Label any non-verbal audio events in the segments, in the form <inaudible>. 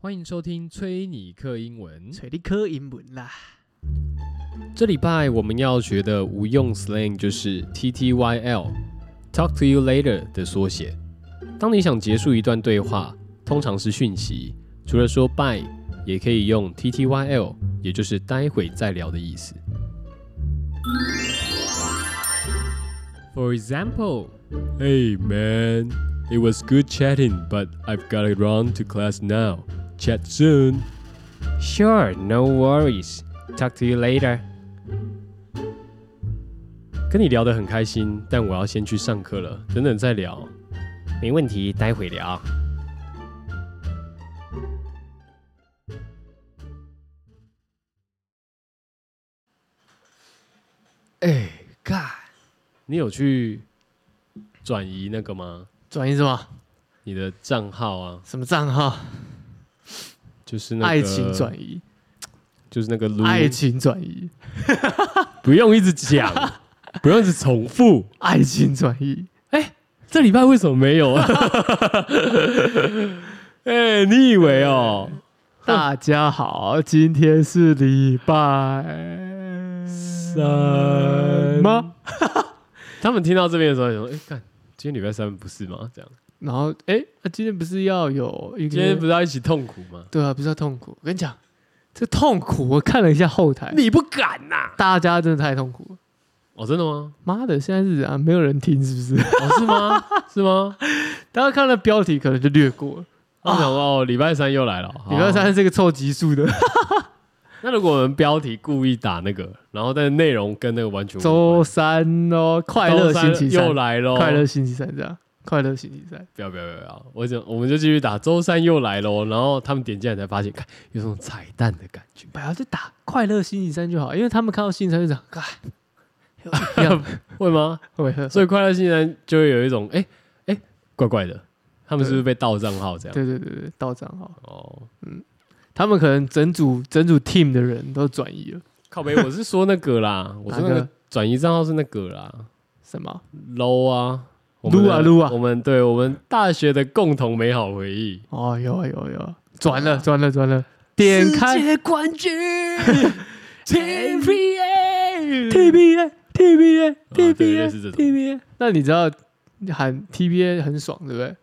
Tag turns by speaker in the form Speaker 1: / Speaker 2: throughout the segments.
Speaker 1: 欢迎收听崔尼克英文。
Speaker 2: 找你考英文啦。
Speaker 1: 这礼拜我们要学的无用 slang 就是 TTYL，Talk to you later 的缩写。当你想结束一段对话，通常是讯息，除了说 bye，也可以用 TTYL，也就是待会再聊的意思。For example, Hey man, it was good chatting, but I've got to run to class now. Chat soon. Sure, no worries. Talk to you later. 跟你聊得很开心，但我要先去上课了，等等再聊。没问题，待会聊。
Speaker 2: 哎，干，
Speaker 1: 你有去转移那个吗？
Speaker 2: 转移什么？
Speaker 1: 你的账号啊，
Speaker 2: 什么账号？
Speaker 1: 就是那个
Speaker 2: 爱情转，移，
Speaker 1: 就是那个撸
Speaker 2: 爱情转移，
Speaker 1: 不用一直讲， <laughs> 不用一直重复。
Speaker 2: 爱情转移。
Speaker 1: 这礼拜为什么没 <laughs> 有啊？哎、你以为哦？
Speaker 2: 大家好，今天是礼拜
Speaker 1: 三
Speaker 2: 吗？
Speaker 1: 他们听到这边的时候想说：“哎、干，今天礼拜三不是吗？”这样，
Speaker 2: 然后，哎、啊今天不是要有一个？
Speaker 1: 今天不是要一起痛苦吗？
Speaker 2: 对啊，不是要痛苦。我跟你讲，这痛苦，我看了一下后台，
Speaker 1: 你不敢呐、
Speaker 2: 大家真的太痛苦了。
Speaker 1: 哦，真的吗？
Speaker 2: 妈的，现在是啊，没有人听是不是？ <laughs>
Speaker 1: 哦，是 <laughs> 吗？是吗？
Speaker 2: 大家看了标题可能就略过了。
Speaker 1: 我想说，哦，礼拜三又来了。好
Speaker 2: 礼拜三，是这个凑集数的，
Speaker 1: 那如果我们标题故意打那个，然后但是内容跟那个完全无
Speaker 2: 周
Speaker 1: 关
Speaker 2: 三哦，快乐
Speaker 1: 周三
Speaker 2: 星期
Speaker 1: 又
Speaker 2: 三，
Speaker 1: 来喽，
Speaker 2: 快乐星期三这样，快乐星期三，
Speaker 1: 不要不要不要不要！我想我们就继续打周三又来喽，然后他们点进来才发现，看有种彩蛋的感觉。
Speaker 2: 不要再打快乐星期三就好，因为他们看到星期三就讲，哎，又
Speaker 1: <laughs>
Speaker 2: 一样
Speaker 1: 会吗？
Speaker 2: 会 <laughs> 喝，
Speaker 1: 所以快乐星期三就会有一种哎哎、怪怪的，他们是不是被盗账号这样？
Speaker 2: 对对对对，到账号，
Speaker 1: 哦，
Speaker 2: 他们可能整组整组 team 的人都转移了，
Speaker 1: 靠北，我是说那个
Speaker 2: <laughs>
Speaker 1: 啦，我说那
Speaker 2: 哪
Speaker 1: 个
Speaker 2: 个
Speaker 1: 转移账号是那个啦
Speaker 2: 什么？
Speaker 1: ，low 啊，我们的
Speaker 2: 撸啊撸啊
Speaker 1: 我们对我们大学的共同美好回忆，
Speaker 2: 哦，有啊有啊有啊，转了转了转了，点
Speaker 1: 世
Speaker 2: 开
Speaker 1: 界冠军 TBA，
Speaker 2: T B A T B A
Speaker 1: 啊对
Speaker 2: T B
Speaker 1: 类
Speaker 2: A
Speaker 1: 似这种
Speaker 2: T B A，那你知道喊 T B A 很爽对不对？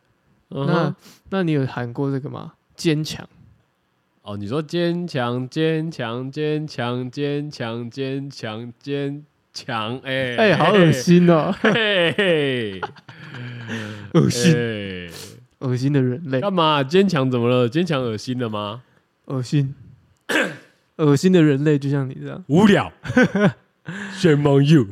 Speaker 1: 嗯哼
Speaker 2: <laughs> 那那你有喊过这个吗？坚强，
Speaker 1: 哦，你说坚强，坚强，坚强，坚强，坚强，坚强， <laughs> 哎
Speaker 2: 哎，好恶，心哦，
Speaker 1: 嘿嘿，
Speaker 2: <laughs>
Speaker 1: 哎
Speaker 2: 恶
Speaker 1: 恶
Speaker 2: 心
Speaker 1: 心，
Speaker 2: 恶心的人类，
Speaker 1: 干嘛？坚强怎么了？坚强恶心了吗？
Speaker 2: 恶心， <coughs> 恶心的人类就像你这样。
Speaker 1: 无 <laughs> 聊，Shame on you。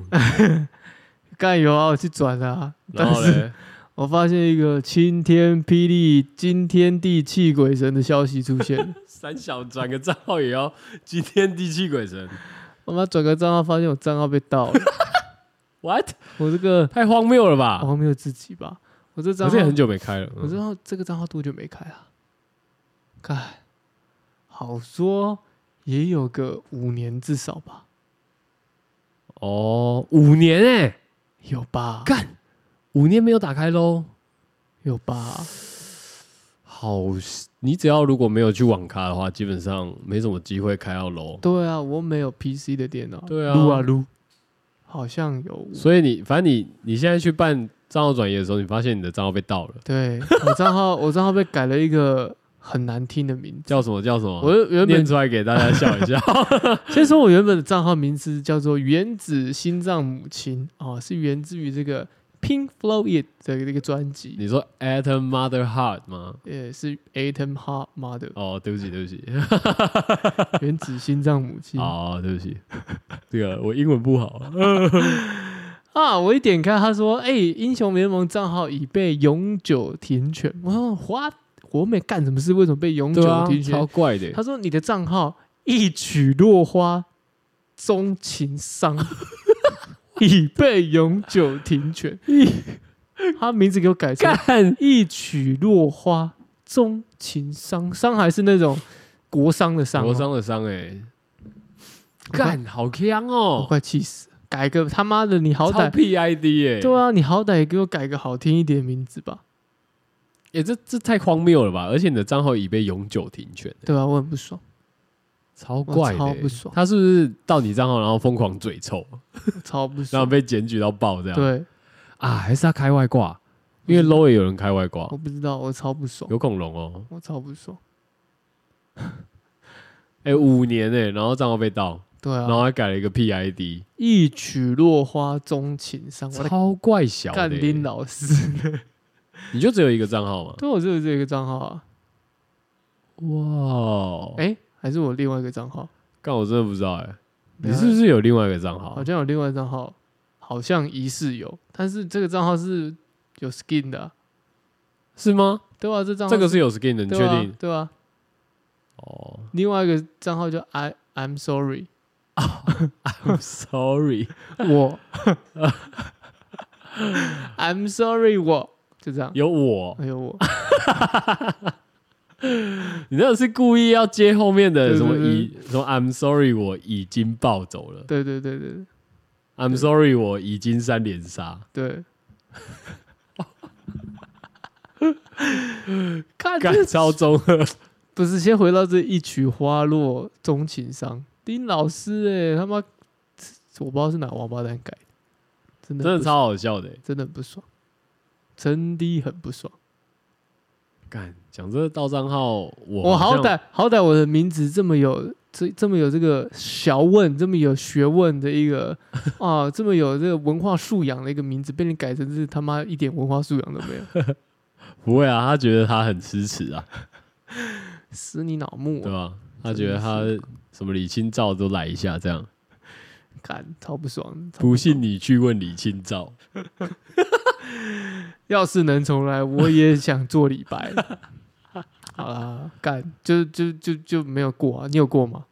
Speaker 2: 干有啊，我去转了、啊，
Speaker 1: 然
Speaker 2: 但
Speaker 1: 后
Speaker 2: 是
Speaker 1: 嘞，
Speaker 2: <laughs> 我发现一个晴天霹雳、惊天地泣鬼神的消息出现了。
Speaker 1: 三小转个账号也要惊天地泣鬼神
Speaker 2: 我妈转个账号，发现我账号被盗了，
Speaker 1: ，What？
Speaker 2: 我这个
Speaker 1: 太荒谬了吧！
Speaker 2: 荒谬自己吧，我这账
Speaker 1: 而
Speaker 2: 号
Speaker 1: 且啊很久没开了，嗯
Speaker 2: 我知道这个账号多久没开啊？看，好说也有个五年至少吧，
Speaker 1: 哦，五年哎，
Speaker 2: 有吧？
Speaker 1: 干，五年没有打开喽。
Speaker 2: 有吧？
Speaker 1: 好，你只要如果没有去网咖的话，基本上没什么机会开到楼。
Speaker 2: 对啊，我没有 PC 的电脑，
Speaker 1: 对啊
Speaker 2: 撸啊撸，好像有。
Speaker 1: 所以你反正你你现在去办账号转移的时候，你发现你的账号被盗了，
Speaker 2: 对我账号，我账号被改了一个很难听的名字。
Speaker 1: 叫什么叫什么？
Speaker 2: 我原
Speaker 1: 哦念
Speaker 2: 本
Speaker 1: 出来给大家笑一下。
Speaker 2: 先说，我原本的账号名字叫做“原子心脏母亲”哦，是源自于这个 Pink Floyd 的这个专辑，
Speaker 1: 你说 Atom Mother Heart 吗？
Speaker 2: 也是 Atom Heart Mother
Speaker 1: 哦，对不起，对不起，
Speaker 2: 嗯原子心脏母亲
Speaker 1: 哦，对不起， <laughs> 这个我英文不好。
Speaker 2: 嗯啊！我一点开，他说：“哎、英雄联盟账号已被永久停权。”我说：“What？我没干什么事，为什么被永久
Speaker 1: 对啊
Speaker 2: 停，权？”
Speaker 1: 超怪的。
Speaker 2: 他说：“你的账号一曲落花钟情
Speaker 1: <laughs>
Speaker 2: 伤，已被永久停
Speaker 1: <laughs>
Speaker 2: 权。他名字给我改成
Speaker 1: 干，
Speaker 2: 一曲落花钟情伤，伤还是那种国殇的哦伤、
Speaker 1: 国，商的商哎，
Speaker 2: 我快
Speaker 1: 干，好强
Speaker 2: 我
Speaker 1: 哦，
Speaker 2: 快气死了！改个他妈的，你好
Speaker 1: 超
Speaker 2: 歹啊
Speaker 1: PID 哎，
Speaker 2: 对啊，你好歹也给我改个好听一点的名字吧。
Speaker 1: 哎、这这太荒谬了吧！而且你的账号已被永久停权，
Speaker 2: 对啊，我很不爽，
Speaker 1: 超怪的、欸
Speaker 2: 我超不爽
Speaker 1: 他是不是到你账号然后疯狂嘴臭，
Speaker 2: 我超不
Speaker 1: 然后
Speaker 2: 爽。
Speaker 1: 被检举到爆这样？
Speaker 2: 对，
Speaker 1: 啊，还是他开外挂，因为 low 也有人开外挂
Speaker 2: 我，不知道，我超不爽，
Speaker 1: 有恐龙哦。
Speaker 2: 我超不爽。
Speaker 1: 哎、五年哎、然后账号被盗，
Speaker 2: 对
Speaker 1: 然
Speaker 2: 啊，
Speaker 1: 后还改了一个 PID，
Speaker 2: 一曲落花钟情伤，我在
Speaker 1: 超怪小的、
Speaker 2: 干哦林
Speaker 1: 欸。
Speaker 2: 老师。
Speaker 1: <laughs> 你就只有一个账
Speaker 2: <laughs>
Speaker 1: 号吗？
Speaker 2: 对，我这个这个账号啊，
Speaker 1: 哇，哎，
Speaker 2: 哎，还是我另外一个账号，
Speaker 1: 干我真的不知道哎、你
Speaker 2: 对啊
Speaker 1: 是不哦是有另外一个账号
Speaker 2: 好？像有另外一个账号，好像疑似有，但是这个账号是有 skin 的啊，
Speaker 1: 是吗？
Speaker 2: 对啊，这账号
Speaker 1: 这个是有 skin 的，你
Speaker 2: 对
Speaker 1: 确
Speaker 2: 啊
Speaker 1: 定？
Speaker 2: 对啊，
Speaker 1: 哦
Speaker 2: 另外一个账号叫 I I'm
Speaker 1: <laughs>
Speaker 2: sorry，
Speaker 1: ，I'm sorry， <laughs>
Speaker 2: 我 I'm sorry，我就这样。
Speaker 1: 有我，
Speaker 2: 哎呦我，
Speaker 1: 你那个是故意要接后面的
Speaker 2: 对
Speaker 1: 什么
Speaker 2: 对对
Speaker 1: 已什么 I'm sorry，我已经暴走了
Speaker 2: 对对对对
Speaker 1: ，I'm sorry，我已经三连杀。
Speaker 2: <laughs> 对。看这
Speaker 1: 干超中二，
Speaker 2: 不是，先回到这一曲花落钟情伤，丁老师哎、他妈，我不知道是哪王八蛋改的，真的
Speaker 1: 真的
Speaker 2: 很不
Speaker 1: 超好笑的欸。
Speaker 2: 真的很不爽，真的很不爽。
Speaker 1: 干讲这个盗账号，我
Speaker 2: 我好
Speaker 1: 像
Speaker 2: 歹好歹我的名字这么有这这么有这个学问，这么有学问的一个啊，这么有这个文化素养的一个名字，被你改成是他妈一点文化素养都没有， <laughs>
Speaker 1: 不会啊，他觉得他很支持啊，
Speaker 2: 死你脑目
Speaker 1: 对
Speaker 2: 啊！
Speaker 1: 吧？他觉得他
Speaker 2: 真
Speaker 1: 什么李清照都来一下，这样
Speaker 2: 干超不爽，超
Speaker 1: 不信你去问李清照。
Speaker 2: 要是能重来，
Speaker 1: <laughs>
Speaker 2: 我也想做李白。好啦，干就就就就没有过啊！你有过吗？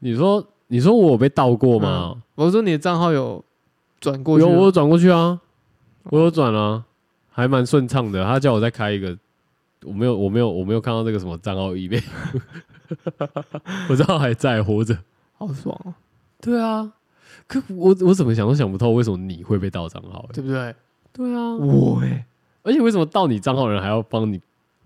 Speaker 1: 你说你说我有被盗过吗？
Speaker 2: 我说你的账号有转嗯过去哦
Speaker 1: 有，
Speaker 2: 吗，
Speaker 1: 我有转过去啊，我有转啊，还蛮顺畅的。他叫我再开一个，我没有我没有我没有看到这个什么账号已被， <laughs> 我知道还在活着。
Speaker 2: 好爽哦、
Speaker 1: 对啊，可我我怎么想都想不透，为什么你会被盗账号、欸？
Speaker 2: 对不对？
Speaker 1: 对啊，
Speaker 2: 我哎、
Speaker 1: 而且为什么盗你账号的人还要帮你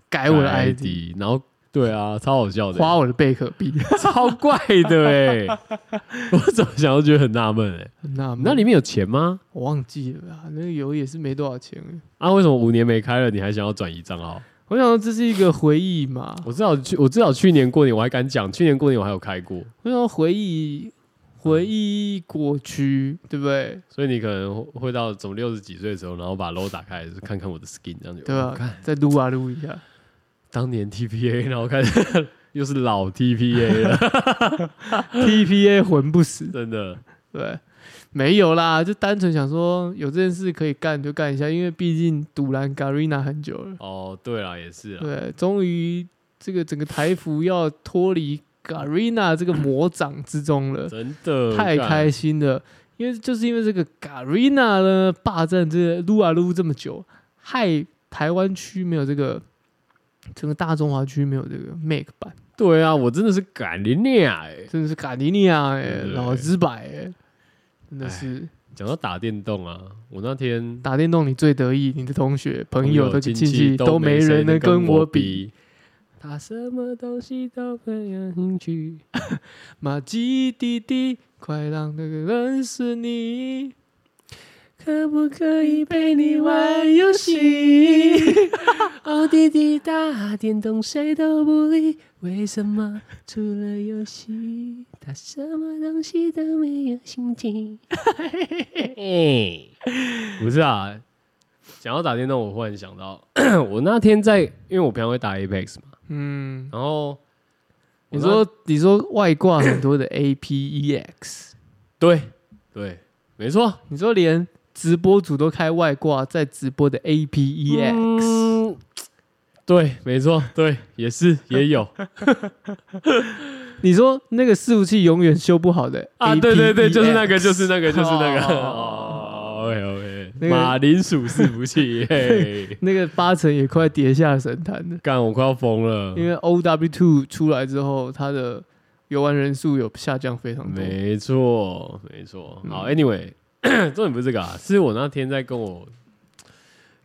Speaker 2: 改我的 ID，,
Speaker 1: ID，然后对啊，超好笑的、
Speaker 2: 花我的贝壳
Speaker 1: <laughs>
Speaker 2: 币，
Speaker 1: 超怪的哎、我怎么想都觉得很纳闷哎。
Speaker 2: 那
Speaker 1: 那里面有钱吗？
Speaker 2: 我忘记了啊，那个油也是没多少钱欸。
Speaker 1: 啊，为什么五年没开了，你还想要转移账号？
Speaker 2: 我想说这是一个回忆嘛，
Speaker 1: 我至少去，我至少去年过年我还敢讲，去年过年我还有开过，
Speaker 2: 我想说回忆回忆过去，对不对？
Speaker 1: 所以你可能会到总六十几岁的时候，然后把 LO 打开，就是看看我的 skin 这样就
Speaker 2: 对
Speaker 1: 哦
Speaker 2: 吧
Speaker 1: 看？
Speaker 2: 再撸啊撸一
Speaker 1: <laughs>
Speaker 2: 下，
Speaker 1: 当年 TPA，然后看 <laughs> 又是老 TPA 了， <laughs>
Speaker 2: TPA 魂不死，
Speaker 1: 真的。
Speaker 2: 对不对。没有啦，就单纯想说有这件事可以干就干一下，因为毕竟堵拦 Garena 很久了，
Speaker 1: 哦，对啊啦，也是啦，
Speaker 2: 对，终于这个整个台服要脱离 Garena 这个魔掌之中了。
Speaker 1: 真的
Speaker 2: 太
Speaker 1: 干
Speaker 2: 开心了，因为就是因为这个 Garena 呢霸占这个撸啊撸这么久，害台湾区没有这个整个大中华区没有这个 Make 版，
Speaker 1: 对啊，我真的是敢你俩哎！
Speaker 2: 真的是卡尼尼亚哎，
Speaker 1: 对
Speaker 2: 老直白哎，真的是
Speaker 1: 讲到打电动啊，我那天
Speaker 2: 打电动你最得意，你的同学、朋友都
Speaker 1: 亲
Speaker 2: 亲戚
Speaker 1: 都
Speaker 2: 没人能
Speaker 1: 能
Speaker 2: 跟
Speaker 1: 我
Speaker 2: 我比。，他什么东西都没有兴趣。 <laughs> 马吉弟弟，快让那个人是你。可不可以陪你玩游 <laughs> 戏？哦，弟弟打电动谁都不理，为什么除了游戏，他什么东西都没有心情？
Speaker 1: 哎，不是啊，讲到打电动，我忽然想到，我那天在，因为我平常会打 Apex 嘛，
Speaker 2: 嗯，
Speaker 1: 然后我
Speaker 2: 你
Speaker 1: 那
Speaker 2: 说你说外挂很多的 E APEX，
Speaker 1: 对对，没错，
Speaker 2: 你说连直播主都开外挂，在直播的 E，APEX，、
Speaker 1: 嗯对，没错，对，也是也有
Speaker 2: 你说那个伺服器永远修不好的 E，
Speaker 1: 啊，
Speaker 2: APEX
Speaker 1: 对对对，就是那
Speaker 2: 哎
Speaker 1: 个，就是那个，就是那个。
Speaker 2: 哦
Speaker 1: 哦，OK OK，
Speaker 2: 那个
Speaker 1: 马铃薯伺服器，嘿，
Speaker 2: 那个八成也快跌下神坛了，
Speaker 1: 干，我快要疯了
Speaker 2: 因。为 OW Two 出来之后，它的游玩人数有下降非常多。
Speaker 1: 没错，没错。
Speaker 2: 嗯
Speaker 1: 好，Anyway，重 <coughs> 点不是这个啊，是我那天在跟我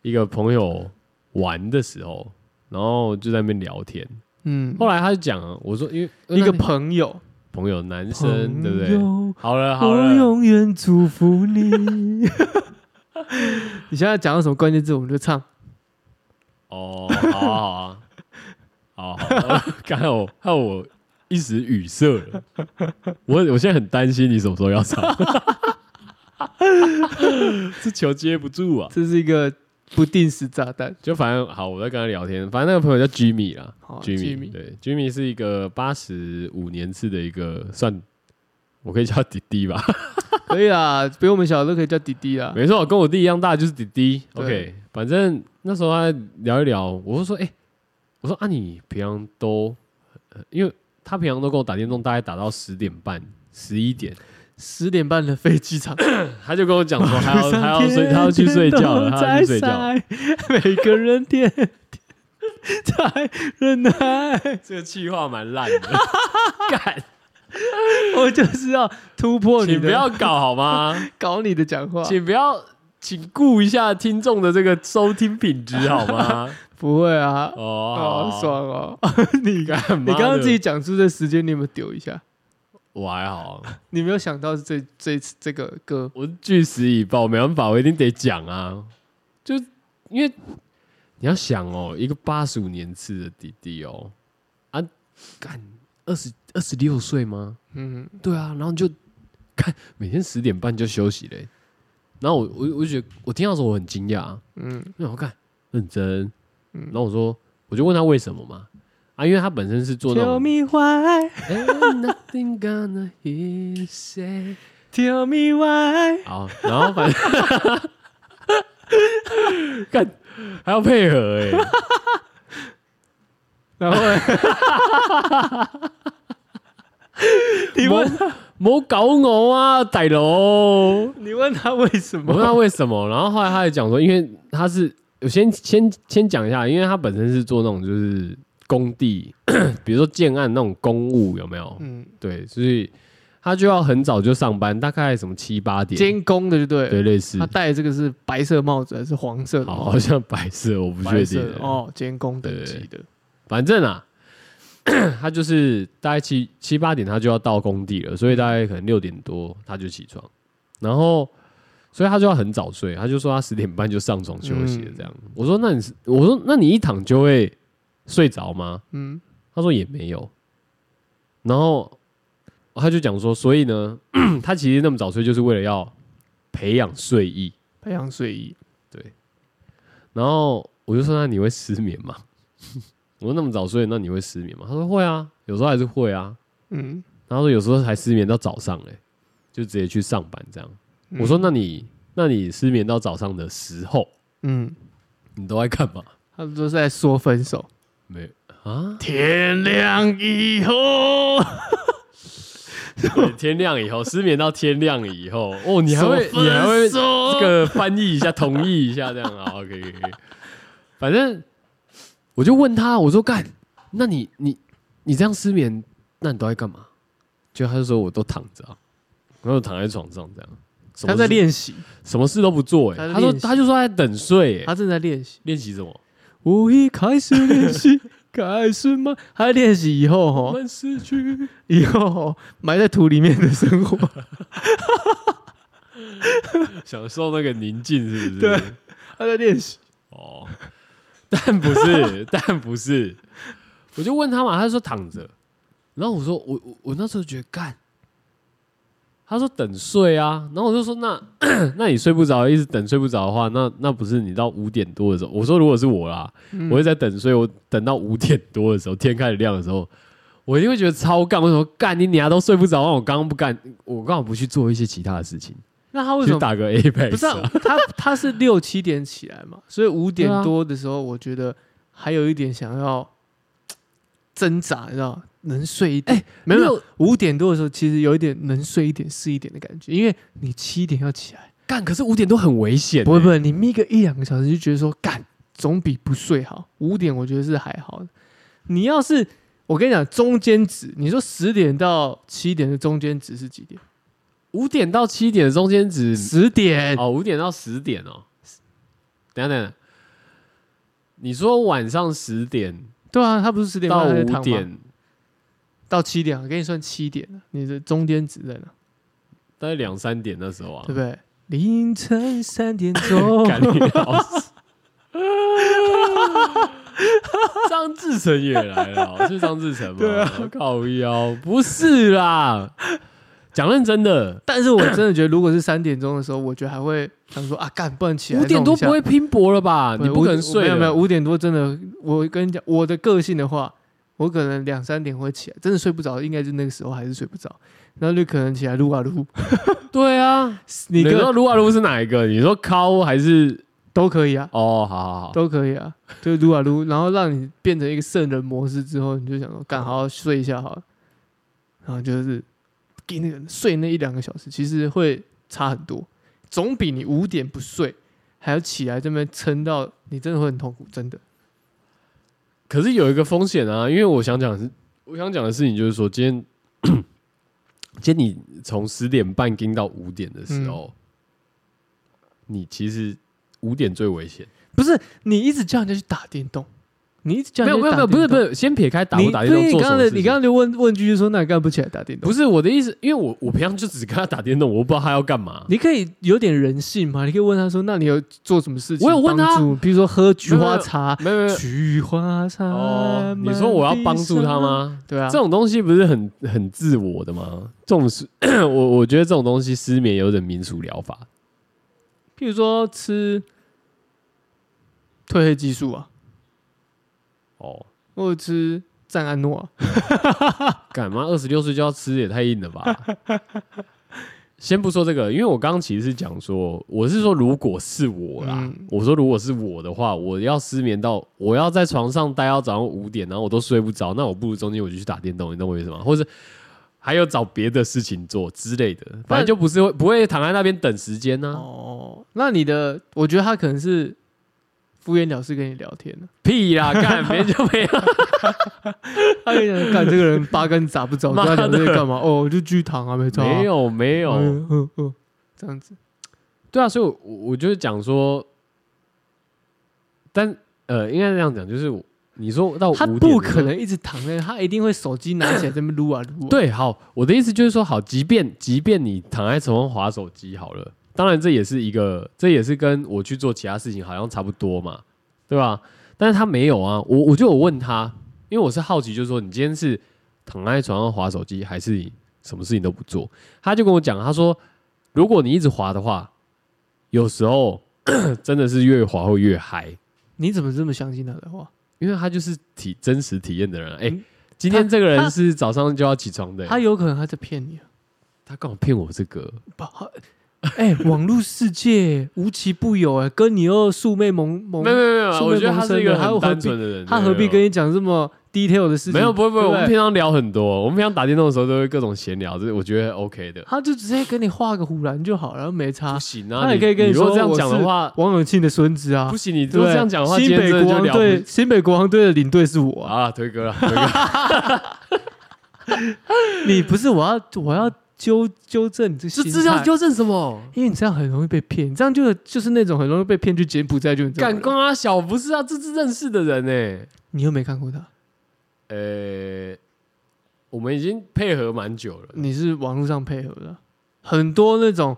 Speaker 1: 一个朋友玩的时候，然后就在那边聊天。
Speaker 2: 嗯，
Speaker 1: 后来他就讲啊，我说因为
Speaker 2: 一个朋友，
Speaker 1: 朋友男
Speaker 2: 朋
Speaker 1: 生，对不对？
Speaker 2: 友
Speaker 1: 好了好
Speaker 2: 我
Speaker 1: 了，
Speaker 2: 永远祝福你。 <laughs> 你现在讲到什么关键字，我们就唱。
Speaker 1: 哦，好啊好啊，好啊，好啊 <laughs> 刚才我害我一时语塞了，我我现在很担心你什么时候要唱， <laughs> 这球接不住啊。
Speaker 2: 这是一个不定时炸弹。
Speaker 1: 就反正好，我在跟他聊天，反正那个朋友叫 Jimmy 啦
Speaker 2: 好啊
Speaker 1: ，Jimmy，
Speaker 2: Jimmy
Speaker 1: 对，Jimmy 是一个八十五年次的一个算，我可以叫他 <laughs> 弟弟吧，
Speaker 2: 可以啦，比我们小都可以叫弟弟啦。
Speaker 1: 没错，跟我弟一样大，就是弟弟。
Speaker 2: 对
Speaker 1: OK，反正那时候他聊一聊，我就说，哎、我说啊，你平常都，呃因为他平常都跟我打电动，大概打到十点半、十一点，
Speaker 2: 十点半的飞机场，
Speaker 1: 他就跟我讲说，他要
Speaker 2: 上
Speaker 1: 他要睡，他要去
Speaker 2: 天
Speaker 1: 睡觉了，
Speaker 2: 都
Speaker 1: 他要去
Speaker 2: 在
Speaker 1: 睡觉了。
Speaker 2: 晒每个人天天在忍耐，
Speaker 1: 这个气话蛮烂
Speaker 2: <laughs>
Speaker 1: 的，干，
Speaker 2: 我就是要突破你
Speaker 1: 请
Speaker 2: 的，
Speaker 1: 不要搞好吗？
Speaker 2: 搞你的讲话，
Speaker 1: 请不要，请顾一下听众的这个收听品质好 <laughs> 吗？
Speaker 2: 不会啊，
Speaker 1: 哦，
Speaker 2: 哦，
Speaker 1: <laughs>
Speaker 2: 爽哦，你
Speaker 1: 干嘛的？
Speaker 2: 你刚刚自己讲出这时间，你有没有丢一下？
Speaker 1: 我还好，
Speaker 2: 你没有想到是这这次这个歌，
Speaker 1: 我据实以报，没办法，我一定得讲啊。就因为你要想哦，一个八十五年次的弟弟哦，啊，干二十二十六岁吗？
Speaker 2: 嗯，
Speaker 1: 对啊，然后你就看每天十点半就休息嘞、然后我我我就觉得我听到的时候我很惊讶、啊，
Speaker 2: 嗯
Speaker 1: 那我看认真，
Speaker 2: 嗯
Speaker 1: 然后我说，我就问他为什么嘛，啊，因为他本身是做那
Speaker 2: ，Tell
Speaker 1: 种
Speaker 2: me why,
Speaker 1: <laughs> Ain't nothing gonna hear you say，
Speaker 2: tell me why，
Speaker 1: 好，然后反正 <laughs> 干还要配合哎、
Speaker 2: 然
Speaker 1: <laughs>
Speaker 2: 后呢 <laughs> 你问
Speaker 1: 莫搞我啊，歹楼。
Speaker 2: 你问他为什
Speaker 1: 我问他
Speaker 2: 么？
Speaker 1: 为什
Speaker 2: <laughs>
Speaker 1: 么，然后后来他也讲说，因为他是我先先先讲一下，因为他本身是做那种就是工地， <coughs> 比如说建案那种公务有没有？
Speaker 2: 嗯，
Speaker 1: 对，所以他就要很早就上班，大概什么七八点，
Speaker 2: 监工的就对了。
Speaker 1: 对，类似
Speaker 2: 他，戴的这个是白色帽子还是黄色的
Speaker 1: 好，
Speaker 2: 帽
Speaker 1: 好
Speaker 2: 子？
Speaker 1: 像白色，我不确
Speaker 2: 白色
Speaker 1: 定
Speaker 2: 的。哦，监工等级的。
Speaker 1: 反正啊， <clears throat> 他就是大概七七八点他就要到工地了，所以大概可能六点多他就起床，然后所以他就要很早睡，他就说他十点半就上床休息了这样。我说那你是我说那你一躺就会睡着吗？
Speaker 2: 嗯，
Speaker 1: 他说也没有，然后他就讲说，所以呢， <clears throat> 他其实那么早睡就是为了要培养睡意。
Speaker 2: 培养睡意。
Speaker 1: 然后我就说：“那你会失眠吗？” <laughs> 我说：“那么早睡，那你会失眠吗？”他说：“会啊，有时候还是会啊。
Speaker 2: 嗯，”
Speaker 1: 然后他说：“有时候还失眠到早上嘞、就直接去上班这样。”
Speaker 2: 嗯
Speaker 1: 我说：“那你那你失眠到早上的时候，
Speaker 2: 嗯，
Speaker 1: 你都在干嘛？”
Speaker 2: 他们都是在说分手。，
Speaker 1: 没啊
Speaker 2: 天亮以后，
Speaker 1: 对天亮以后失眠到天亮以后，哦，你还会你还会 <laughs> 这个翻译一下，同意一下这
Speaker 2: <laughs>
Speaker 1: 样啊好可以可以可以。反正我就问他，我说干，那你你你这样失眠，那你都在干嘛？就他就说我都躺着、啊，然后躺在床上这样。什么
Speaker 2: 他在
Speaker 1: 事，
Speaker 2: 练习，
Speaker 1: 什么事都不做、欸。
Speaker 2: 他在
Speaker 1: 他说
Speaker 2: 练习
Speaker 1: 他就说他在等睡、欸，
Speaker 2: 他正在练习。
Speaker 1: 练习什么？
Speaker 2: 我一开始练 <laughs> 习，开始吗？他在练习以后
Speaker 1: 我
Speaker 2: 吼，
Speaker 1: 们失去。 <laughs>
Speaker 2: 以后吼埋在土里面的生 <laughs> 活。
Speaker 1: 享受那个宁静，是不是？
Speaker 2: 对他在练习。
Speaker 1: 哦， <laughs> 但不是， <laughs> 但不是，我就问他嘛，他说躺着，然后我说我我我那时候觉得干，他说等睡啊，然后我就说那 <clears throat> 那你睡不着，一直等睡不着的话，那那不是你到五点多的时候，我说如果是我啦，
Speaker 2: 嗯
Speaker 1: 我会在等睡，我等到五点多的时候，天开始亮的时候。我一定会觉得超干，我什么干你娘都睡不着？那我刚刚不干，我刚好不去做一些其他的事情，
Speaker 2: 那他为什
Speaker 1: 去
Speaker 2: 么
Speaker 1: 打个 A 配、
Speaker 2: 不是、啊、他，
Speaker 1: <laughs>
Speaker 2: 他是六七点起来嘛，所以五点
Speaker 1: 对啊
Speaker 2: 多的时候，我觉得还有一点想要挣扎，你知道吗能睡一点。
Speaker 1: 哎
Speaker 2: 没有没有，五点多的时候，其实有一点能睡一点是一点的感觉，因为你七点要起来，
Speaker 1: 干，可是五点多很危险、欸
Speaker 2: 不会不会，你眯个一两个小时就觉得说干总比不睡好。五点我觉得是还好的，你要是我跟你讲中间值，你说十点到七点的中间值是几点？
Speaker 1: 五点到七点的中间值哎
Speaker 2: 十点
Speaker 1: 哦，五点到十点哦。等一下等一下，你说晚上十点
Speaker 2: 对啊，他不是十点
Speaker 1: 到
Speaker 2: 半还在躺
Speaker 1: 五
Speaker 2: 吗
Speaker 1: 点，
Speaker 2: 到七点啊，给你算七点了，你的中间值在哪？
Speaker 1: 大概两三点那时候啊
Speaker 2: 对不，对？凌晨三
Speaker 1: <laughs>
Speaker 2: 点钟，
Speaker 1: 赶紧老师。张志成也来了，哦是张志成吗？
Speaker 2: 对
Speaker 1: 啊，靠腰不是啦，讲认真的，
Speaker 2: <laughs> 但是我真的觉得，如果是三点钟的时候，我觉得还会想说啊，干，不然起来
Speaker 1: 五点
Speaker 2: 弄
Speaker 1: 多
Speaker 2: 一下
Speaker 1: 不会拼搏了吧？
Speaker 2: 对
Speaker 1: 你不
Speaker 2: 五
Speaker 1: 可能
Speaker 2: 点
Speaker 1: 睡
Speaker 2: 没有没有，
Speaker 1: 了，
Speaker 2: 五点多真的，我跟你讲，我的个性的话，我可能两三点会起来，真的睡不着，应该就那个时候还是睡不着，然后就可能起来撸啊撸， <laughs>
Speaker 1: 对啊。
Speaker 2: 你
Speaker 1: 你知道
Speaker 2: 个
Speaker 1: 撸啊撸是哪一个？你说敲还是
Speaker 2: 都可以啊，
Speaker 1: 哦？好好好，
Speaker 2: 都可以啊，就撸啊撸， <laughs> 然后让你变成一个圣人模式之后，你就想说，干，好好睡一下好了，然后就是给那个睡那一两个小时，其实会差很多，总比你五点不睡还要起来这边撑到你真的会很痛苦，真的。
Speaker 1: 可是有一个风险啊，因为我想讲的是，我想讲的事情就是说，今天 <coughs> 今天你从十点半盯到五点的时
Speaker 2: 嗯
Speaker 1: 候，你其实五点最危险。
Speaker 2: 不是你一直叫人家去打电动，啊你一直叫
Speaker 1: 没
Speaker 2: 人
Speaker 1: 有
Speaker 2: 家
Speaker 1: 没有没有，不是不是，先撇开打不打电动
Speaker 2: 你
Speaker 1: 做
Speaker 2: 刚
Speaker 1: 什
Speaker 2: 刚
Speaker 1: 么
Speaker 2: 的
Speaker 1: 事
Speaker 2: 你
Speaker 1: 情
Speaker 2: 刚刚的问问句就说那你干嘛不起来打电动？
Speaker 1: 不是我的意思，因为我我平常就只跟他打电动，我不知道他要干嘛。
Speaker 2: 你可以有点人性嘛，你可以问他说，那你有做什么事情？
Speaker 1: 我有问他，
Speaker 2: 比如说喝菊花茶，
Speaker 1: 没有没有
Speaker 2: 菊花茶。
Speaker 1: 哦，你说我要帮助他？吗？
Speaker 2: 对啊，
Speaker 1: 这种东西不是很很自我的吗？这种是， <coughs> 我我觉得这种东西失眠有点民俗疗法，
Speaker 2: 譬如说吃褪黑激素啊，
Speaker 1: 哦，
Speaker 2: 或者吃赞安诺啊， <laughs>
Speaker 1: 干嘛二十六岁就要吃也太硬了吧？ <laughs> 先不说这个，因为我刚刚其实是讲说，我是说如果是我啦，
Speaker 2: 嗯
Speaker 1: 我说如果是我的话，我要失眠到我要在床上待到早上五点，然后我都睡不着，那我不如中间我就去打电动，你懂我意思吗？或者还有找别的事情做之类的，反正就不是会不会躺在那边等时间啊呢、
Speaker 2: 哦，那你的，我觉得他可能是敷衍了事跟你聊天啊呢、
Speaker 1: 屁啦，干别人就没有
Speaker 2: 他就想干这个人八竿子打 <laughs> 不着，
Speaker 1: 妈
Speaker 2: 跟
Speaker 1: 的
Speaker 2: 他讲这些干嘛？哦，我就巨糖 <laughs> 啊，没错、
Speaker 1: 没有没有，
Speaker 2: 嗯嗯嗯，这样子，
Speaker 1: 对啊，所以我我我就是讲说，但呃，应该这样讲，就是我你说到
Speaker 2: 他
Speaker 1: 5点
Speaker 2: 哦不可能一直躺在那，他一定会手机拿起来这么撸啊撸、啊。，
Speaker 1: 对，好，我的意思就是说，好，即便即便你躺在床上划手机好了，当然这也是一个，这也是跟我去做其他事情好像差不多嘛，对吧？但是他没有啊，我我就有问他，因为我是好奇，就是说你今天是躺在床上划手机，还是你什么事情都不做？他就跟我讲，他说，如果你一直划的话，有时候 <coughs> 真的是越划会越嗨。
Speaker 2: 你怎么这么相信他的话？
Speaker 1: 因为他就是体真实体验的人、啊。哎、
Speaker 2: 嗯
Speaker 1: 今天这个
Speaker 2: 他
Speaker 1: 人
Speaker 2: 他
Speaker 1: 是早上就要起床的、
Speaker 2: 他有可能他在骗你啊！
Speaker 1: 他刚好骗我这个，
Speaker 2: 不好， <laughs> 哎、网络世界无奇不有哎、跟你又素昧蒙蒙，
Speaker 1: 没有没有没有，
Speaker 2: 素昧
Speaker 1: 我觉得他是一个
Speaker 2: 蒙生的他
Speaker 1: 很
Speaker 2: 何必
Speaker 1: 单纯的人，
Speaker 2: 他何必
Speaker 1: 对啊
Speaker 2: 跟你讲这么 detail 的事情？
Speaker 1: 没有没有不会不会，
Speaker 2: 对
Speaker 1: 我
Speaker 2: 不对
Speaker 1: 们平常聊很多，我们平常打电动的时候都会各种闲聊，这我觉得 OK 的。
Speaker 2: 他就直接跟你画个虎兰就好了，然后没差
Speaker 1: 不。行啊，
Speaker 2: 他也可以跟
Speaker 1: 你
Speaker 2: 你
Speaker 1: 如果
Speaker 2: 说
Speaker 1: 这样
Speaker 2: 我
Speaker 1: 讲的
Speaker 2: 是
Speaker 1: 话，
Speaker 2: 王永庆的孙子啊
Speaker 1: 不，行，你
Speaker 2: 对
Speaker 1: 如
Speaker 2: 不
Speaker 1: 果
Speaker 2: 对
Speaker 1: 这样讲的话，
Speaker 2: 新
Speaker 1: 今天
Speaker 2: 北
Speaker 1: 真的
Speaker 2: 国
Speaker 1: 就
Speaker 2: 王
Speaker 1: 聊不
Speaker 2: 队，新北国王队的领队是我啊！
Speaker 1: 啊，推哥了，推 <laughs>
Speaker 2: <laughs>
Speaker 1: 哥
Speaker 2: 你不是我要我要纠纠正你这
Speaker 1: 是
Speaker 2: 心
Speaker 1: 这要
Speaker 2: 态，
Speaker 1: 纠正什 <laughs> 么？
Speaker 2: 因为你这样很容易被骗，你这样就就是那种很容易被骗去柬埔寨就
Speaker 1: 敢
Speaker 2: 感
Speaker 1: 光啊小不是啊，这是认识的人呢、欸
Speaker 2: 你又没看过他，
Speaker 1: 呃、我们已经配合蛮久了，
Speaker 2: 你是网络上配合的，很多那种。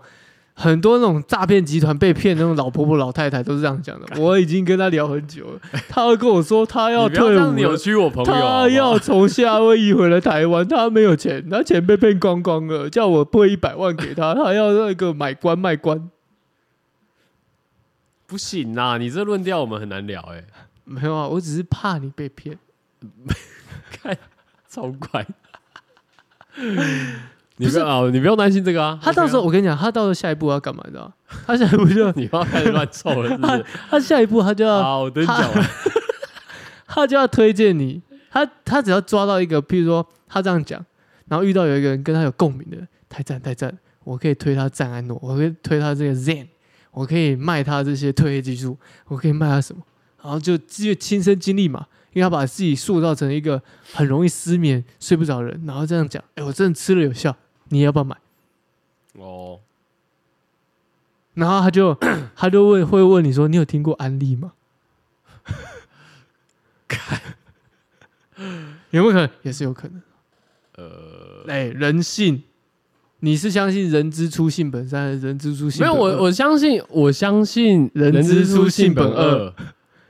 Speaker 2: 很多那种诈骗集团被骗的那种老婆婆、老太太都是这样讲的。我已经跟他聊很久了，他会跟我说他
Speaker 1: 你
Speaker 2: 要
Speaker 1: 不要这
Speaker 2: 退伍
Speaker 1: 样扭
Speaker 2: 了，
Speaker 1: 曲我朋友，好
Speaker 2: 他
Speaker 1: 不好
Speaker 2: 要从夏威夷回来台湾，他没有钱，他钱被骗光光了，叫我拨一百万给他，他要那个买官卖官。
Speaker 1: 不行啦，你这论调我们很难聊哎、
Speaker 2: 没有啊，我只是怕你被骗。
Speaker 1: 超怪。 <laughs> 你不要啊，你不用担心这个啊。
Speaker 2: 他到时候我跟你讲，他到时候下一步要干嘛，你知道吗？他下一步就
Speaker 1: <laughs> 你不要开始乱凑了，是不 <laughs> 是？
Speaker 2: 他下一步他就要
Speaker 1: 好，我等你讲完。
Speaker 2: 他就要推荐你，他他只要抓到一个，譬如说他这样讲，然后遇到有一个人跟他有共鸣的，太赞太赞，我可以推他赞安诺，我可以推他这个 Zen，我可以卖他这些褪黑激素，我可以卖他什么，然后就自己亲身经历嘛。因为他把自己塑造成一个很容易失眠、睡不着的人，然后这样讲：“哎、我真的吃了有效，你要不要买？”
Speaker 1: 哦， <coughs>
Speaker 2: 然后他就他就问会问你说你有听过安利吗？有没有可能？也是有可能。呃，哎、人性，你是相信人之初性本善，还是人之初性
Speaker 1: 没有
Speaker 2: 本恶
Speaker 1: 我，我相信，我相信
Speaker 2: 人之初性本
Speaker 1: 恶，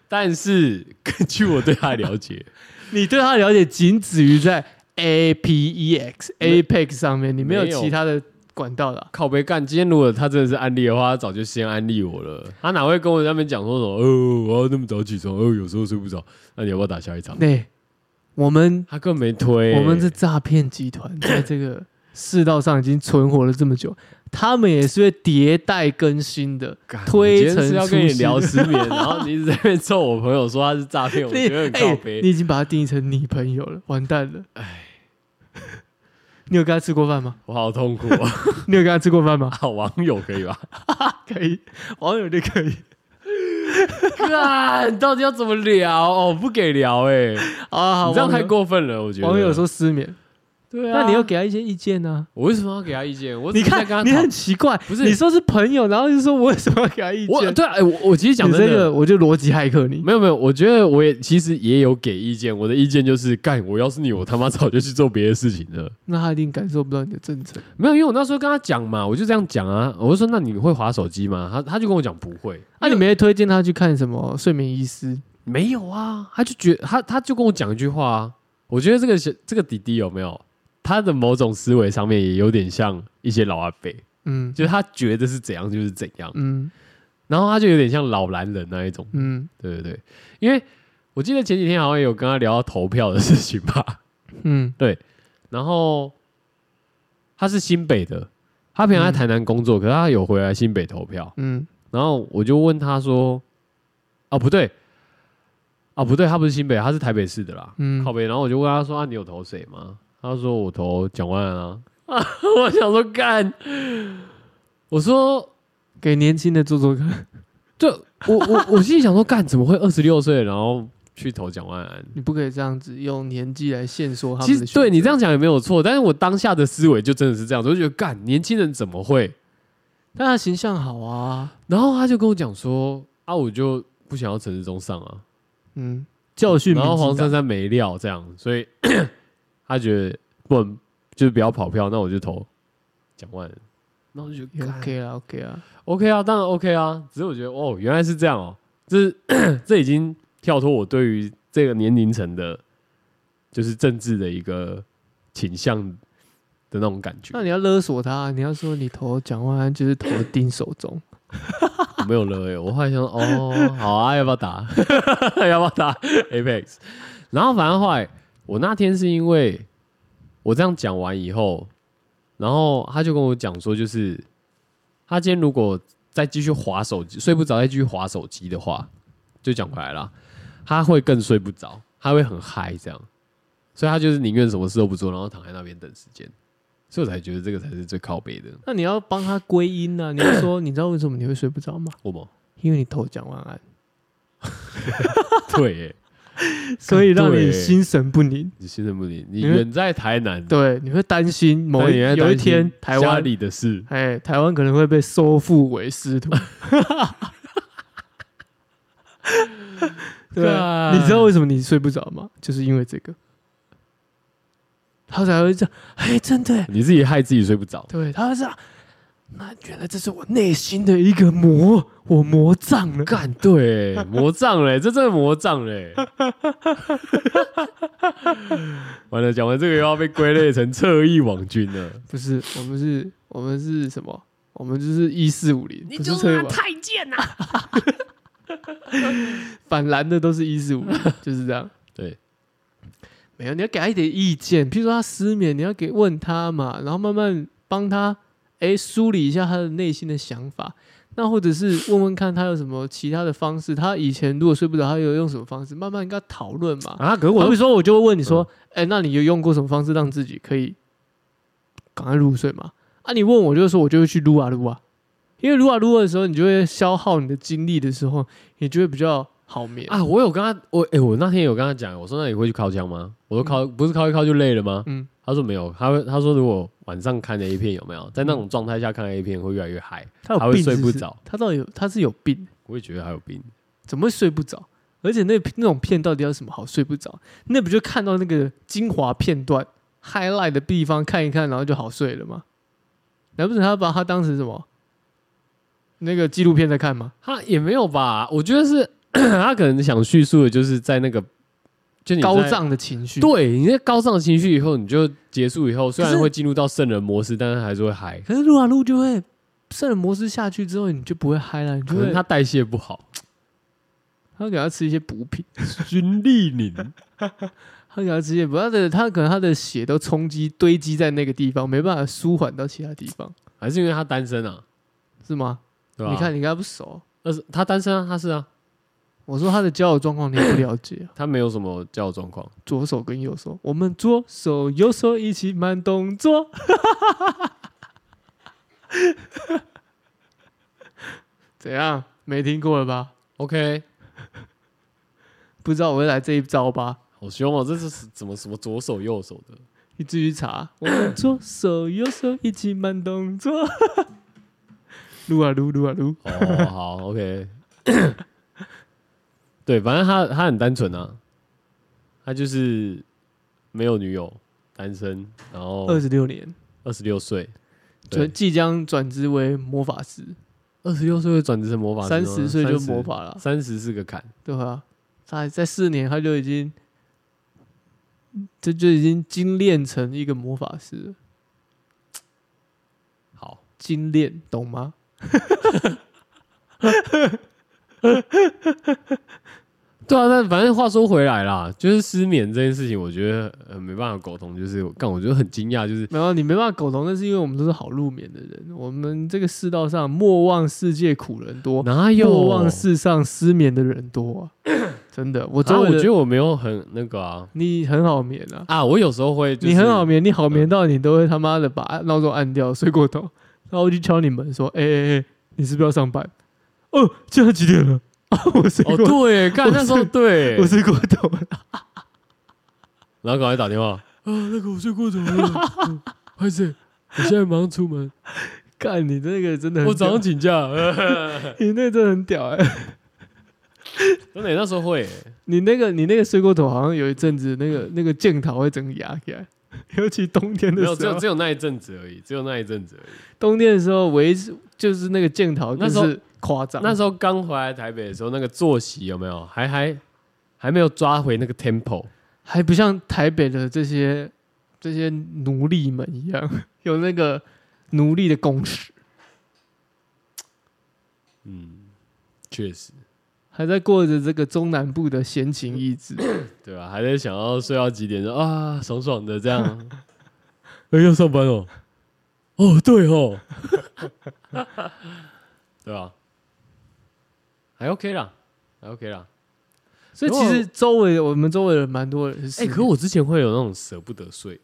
Speaker 1: 但是 <laughs> 根据我对他的了 <laughs> 解，
Speaker 2: 你对他的了解仅止于在 A P E X Apex 上面，你没有
Speaker 1: 没有
Speaker 2: 其他的管道了。
Speaker 1: 靠北干，今天如果他真的是安利的话，他早就先安利我了。他哪会跟我在那边讲说什么？哦，我要那么早起床，哦，有时候睡不着，那你要不要打下一场？
Speaker 2: 对，我们
Speaker 1: 他更没推、
Speaker 2: 我们这诈骗
Speaker 1: <laughs>
Speaker 2: 集团在这个世道上已经存活了这么久，他们也是会迭代更新的。
Speaker 1: 干
Speaker 2: 推
Speaker 1: 我今天是
Speaker 2: 陈
Speaker 1: 要
Speaker 2: 出
Speaker 1: 跟你
Speaker 2: 新
Speaker 1: 聊失眠， <laughs> 然后你一直在那边揍我朋友说他是诈 <laughs> 骗，我
Speaker 2: 你
Speaker 1: 觉得很靠北。
Speaker 2: 哎你已经把他定义成你朋
Speaker 1: <laughs>
Speaker 2: 友了，完蛋了。哎，你有跟他吃过饭吗？
Speaker 1: 我好痛苦啊！
Speaker 2: 你有跟他吃过
Speaker 1: <laughs>
Speaker 2: 饭吗？
Speaker 1: 好网友可以吧？
Speaker 2: 可以，网友就可以。
Speaker 1: <laughs> 干，到底要怎么聊？哦，不给聊哎、
Speaker 2: 好啊，好
Speaker 1: 你这样
Speaker 2: 网友
Speaker 1: 太过分了，我觉得。
Speaker 2: 网友说失眠，
Speaker 1: 对啊，
Speaker 2: 那你要给他一些意见呢、
Speaker 1: 我为什么要给他意见？我
Speaker 2: 你
Speaker 1: 只是在
Speaker 2: 看
Speaker 1: 跟他，
Speaker 2: 你
Speaker 1: 讨
Speaker 2: 很奇怪，
Speaker 1: 不是
Speaker 2: 你说是朋友，然后就说我为什么要给他意见？
Speaker 1: 我对啊，哎我我其实讲
Speaker 2: 你
Speaker 1: 真
Speaker 2: 这
Speaker 1: 的
Speaker 2: 个，我就逻辑骇客你。
Speaker 1: 没有没有，我觉得我也其实也有给意见，我的意见就是干，我要是你，我他妈早就去做别的事情了。
Speaker 2: 那他一定感受不到你的真诚。
Speaker 1: 没有，因为我那时候跟他讲嘛，我就这样讲啊，我就说那你会划手机吗？他他就跟我讲不会，
Speaker 2: 啊那、你没推荐他去看什么睡眠医师？
Speaker 1: 没有啊，他就觉他他就跟我讲一句话啊，我觉得这个小这个弟弟有没有他的某种思维上面也有点像一些老阿伯，
Speaker 2: 嗯
Speaker 1: 就是他觉得是怎样就是怎样，
Speaker 2: 嗯
Speaker 1: 然后他就有点像老男人那一种，
Speaker 2: 嗯
Speaker 1: 对对对，因为我记得前几天好像有跟他聊到投票的事情吧，
Speaker 2: 嗯
Speaker 1: 然后他是新北的，他平常在台南工作，可是他有回来新北投票，
Speaker 2: 嗯
Speaker 1: 然后我就问他说，哦不对，啊不对，他不是新北，他是台北市的啦，
Speaker 2: 嗯
Speaker 1: 靠，北，然后我就问他说：“啊，你有投谁吗？”他说：“我投蒋万安啊。” <laughs> 我想说干，我说
Speaker 2: 给年轻的做做看，
Speaker 1: 这，我我我心里想说干，怎么会二十六岁然后去投蒋万安？
Speaker 2: 你不可以这样子用年纪来限缩他们
Speaker 1: 其
Speaker 2: 的
Speaker 1: 实
Speaker 2: 选择
Speaker 1: 对你这，样讲也没有错，但是我当下的思维就真的是这样子，我就觉得干，年轻人怎么会？
Speaker 2: 但他形象好啊，
Speaker 1: 然后他就跟我讲说：“啊，我就不想要陈世忠上啊，
Speaker 2: 嗯，教训民
Speaker 1: 然后黄
Speaker 2: 进
Speaker 1: 珊
Speaker 2: 党，
Speaker 1: 珊没料这样，所以 <coughs> 他觉得不能就是不要跑票，那我就投蒋万安。”然后我就觉
Speaker 2: 也
Speaker 1: 得干
Speaker 2: OK 啦，OK 啊，
Speaker 1: OK 啊，当然 OK 啊，只是我觉得哦，原来是这样哦，这 <coughs> 是这已经跳脱我对于这个年龄层的，就是政治的一个倾向的那种感觉
Speaker 2: 那。你要勒索他，你要说你投蒋万安就是投丁守中，
Speaker 1: 我没有了哎、我后来想说哦，好啊，要不要打？ <laughs> 要不要打 Apex？然后反正后来我那天是因为我这样讲完以后，然后他就跟我讲说，就是他今天如果再继续划手机，睡不着再继续划手机的话，就讲回来啦，他会更睡不着，他会很嗨这样，所以他就是宁愿什么事都不做，然后躺在那边等时间，所以我才觉得这个才是最靠背的。
Speaker 2: <laughs> 那你要帮他归因啊，你要 <coughs> 说你知道为什么你会睡不着吗？
Speaker 1: 我吗？
Speaker 2: 因为你投蒋万安，
Speaker 1: 对、欸，
Speaker 2: 所以让
Speaker 1: 对
Speaker 2: 你心神不宁，
Speaker 1: 你心神不宁，你
Speaker 2: 因为
Speaker 1: 远在台南，
Speaker 2: 对，你会担心某
Speaker 1: 但
Speaker 2: 一
Speaker 1: 也在
Speaker 2: 有一
Speaker 1: 担心
Speaker 2: 天台
Speaker 1: 家
Speaker 2: 湾
Speaker 1: 里的事，
Speaker 2: 哎，台湾可能会被收复为师徒。对啊，
Speaker 1: 干
Speaker 2: 你知道为什么你睡不着吗？就是因为这个，他才会这样。哎，真的耶，
Speaker 1: 你自己害自己睡不着。
Speaker 2: 对，他会这样。那原来这是我内心的一个魔，我魔障了。
Speaker 1: 干对，魔障嘞，这真的魔障嘞！完了，讲完这个又要被归类成侧翼网军了。
Speaker 2: 不是，我们是，我们是什么？我们就是一四五零，不是啊车友吧
Speaker 1: 啊太监呐！
Speaker 2: <laughs> 反蓝的都是一四五零，就是这样。
Speaker 1: 对，
Speaker 2: 没有，你要给他一点意见，譬如说他失眠，你要给问他嘛，然后慢慢帮他哎梳理一下他的内心的想法，那或者是问问看他有什么其他的方式，他以前如果睡不着，他有用什么方式，慢慢跟他讨论嘛。
Speaker 1: 啊，可是我
Speaker 2: 我比
Speaker 1: 都嗯
Speaker 2: 如说，我就会问你说，哎、那你有用过什么方式让自己可以赶快入睡吗？啊，你问我就说，我就会去撸啊撸啊，因为撸啊撸啊的时候，你就会消耗你的精力的时候，你就会比较好眠。
Speaker 1: 啊，我有跟他，我哎、我那天有跟他讲，我说那你会去靠枪吗？我说靠，不是靠一靠就累了吗？
Speaker 2: 嗯
Speaker 1: 他说没有，他会他说如果晚上看 A 片有没有，在那种状态下看 A 片会越来越嗨，
Speaker 2: 他有
Speaker 1: 还会
Speaker 2: 病
Speaker 1: 睡
Speaker 2: 是
Speaker 1: 不
Speaker 2: 是
Speaker 1: 着。
Speaker 2: 他到底有他是有病，
Speaker 1: 我也觉得他有病。
Speaker 2: 怎么会睡不着？而而且那那种片到底要什么好睡不着？那不就看到那个精华片段 highlight 的地方看一看，然后就好睡了吗？难不成他把它当成什么那个纪录片在看吗？
Speaker 1: 他也没有吧？我觉得是 <clears throat> 他可能想叙述的就是在那个就你在
Speaker 2: 高，涨的情绪，
Speaker 1: 对你在高涨情绪以后，你就结束以后，虽然
Speaker 2: 可是
Speaker 1: 会进入到圣人模式，但是还是会嗨。
Speaker 2: 可是录啊录就会圣人模式下去之后，你就不会嗨了，你
Speaker 1: 可
Speaker 2: 就
Speaker 1: 能
Speaker 2: 会
Speaker 1: 他代谢不好，
Speaker 2: 他给他吃一些补品，
Speaker 1: 循利宁。
Speaker 2: 他给他吃一些补，他的他可能他的血都冲击堆积在那个地方，没办法舒缓到其他地方，
Speaker 1: 还是因为他单身啊，
Speaker 2: 是吗？
Speaker 1: 对啊吧？
Speaker 2: 你看，你跟他不熟，
Speaker 1: 二十，他单身啊，他是啊，
Speaker 2: 我说他的交友状况你也不了解，
Speaker 1: 他没有什么交友状况。
Speaker 2: 左手跟右手，我们左手右手一起慢动作。 <laughs> 怎样？没听过了吧？
Speaker 1: OK，
Speaker 2: 不知道我会来这一招吧？
Speaker 1: 好凶哦，这是怎么什么左手右手的？
Speaker 2: 你继续查。我们左手右手一起慢动作。 <laughs> 撸啊撸，撸啊撸。
Speaker 1: 哦，好，OK，对，反正他他很单纯啊，他就是没有女友，单身，然后
Speaker 2: 哦二十六年，
Speaker 1: 二十六岁，对
Speaker 2: 转即将转职为魔法师，
Speaker 1: 二十六岁会转职成魔法师吗，
Speaker 2: 三十岁就魔法了，
Speaker 1: 三十是个坎，
Speaker 2: 对吧、他在四年他就已经，这就已经精炼成一个魔法师了，
Speaker 1: 好，
Speaker 2: 精炼懂吗？
Speaker 1: 对啊，但反正话说回来啦，就是失眠这件事情，我觉得呃没办法沟通，就是我干，我觉得很惊讶，就是
Speaker 2: 没有，你没办法苟同，那是因为我们都是好入眠的人。我们这个世道上，莫忘世界苦人多，
Speaker 1: 哪有
Speaker 2: 莫忘世上失眠的
Speaker 1: <coughs>
Speaker 2: 人多啊！真的，我
Speaker 1: 啊我
Speaker 2: 周围
Speaker 1: 我
Speaker 2: 的、
Speaker 1: 觉得我没有很那个啊
Speaker 2: 你很好眠啊，
Speaker 1: 啊，我有时候会、就是，哦
Speaker 2: 你很好眠，你好眠到你都会他妈的把闹钟按掉，睡过头，然后我就敲你门说：“哎哎哎，你是不是要上班？”哦，现在几点了？ <laughs> 啊，我睡
Speaker 1: 哦，
Speaker 2: 过，
Speaker 1: 对耶，干
Speaker 2: <laughs> 我
Speaker 1: 那时候
Speaker 2: 是
Speaker 1: 对，
Speaker 2: 我睡过头了。
Speaker 1: 然后赶快打电话啊，那个我睡过头了，孩子，我现在马上出门，
Speaker 2: 干，你这个真的很
Speaker 1: 我早
Speaker 2: 屌
Speaker 1: 上请假。
Speaker 2: 你那个真的很屌哎、
Speaker 1: 真的耶那时候啊会耶，
Speaker 2: 你那个你那个睡过头，好像有一阵子那个那个镜头会整个压起来， <laughs> 尤其冬天
Speaker 1: 没
Speaker 2: 的
Speaker 1: 有只
Speaker 2: 时
Speaker 1: 有
Speaker 2: 候
Speaker 1: 只，有那一阵子而已，只有那一阵子而已。
Speaker 2: 冬天的时候维持就是那个镜头
Speaker 1: 那
Speaker 2: 就
Speaker 1: 时候
Speaker 2: 是夸张，
Speaker 1: 那时候刚回来台北的时候，那个作息有没有还还还没有抓回那个 tempo？
Speaker 2: 还不像台北的这些这些奴隶们一样， <laughs> 有那个奴隶的工时，
Speaker 1: 嗯，确实，
Speaker 2: 还在过着这个中南部的闲情逸致。
Speaker 1: 对吧、还在想要睡到几点，就啊爽爽的这样。 <laughs> 哎，要上班哦？哦，对哦， <laughs> 对吧、还 OK 啦，还 OK 啦。
Speaker 2: 所以其实周围我们周围人蛮多人是，
Speaker 1: 哎、可我之前会有那种舍不得睡，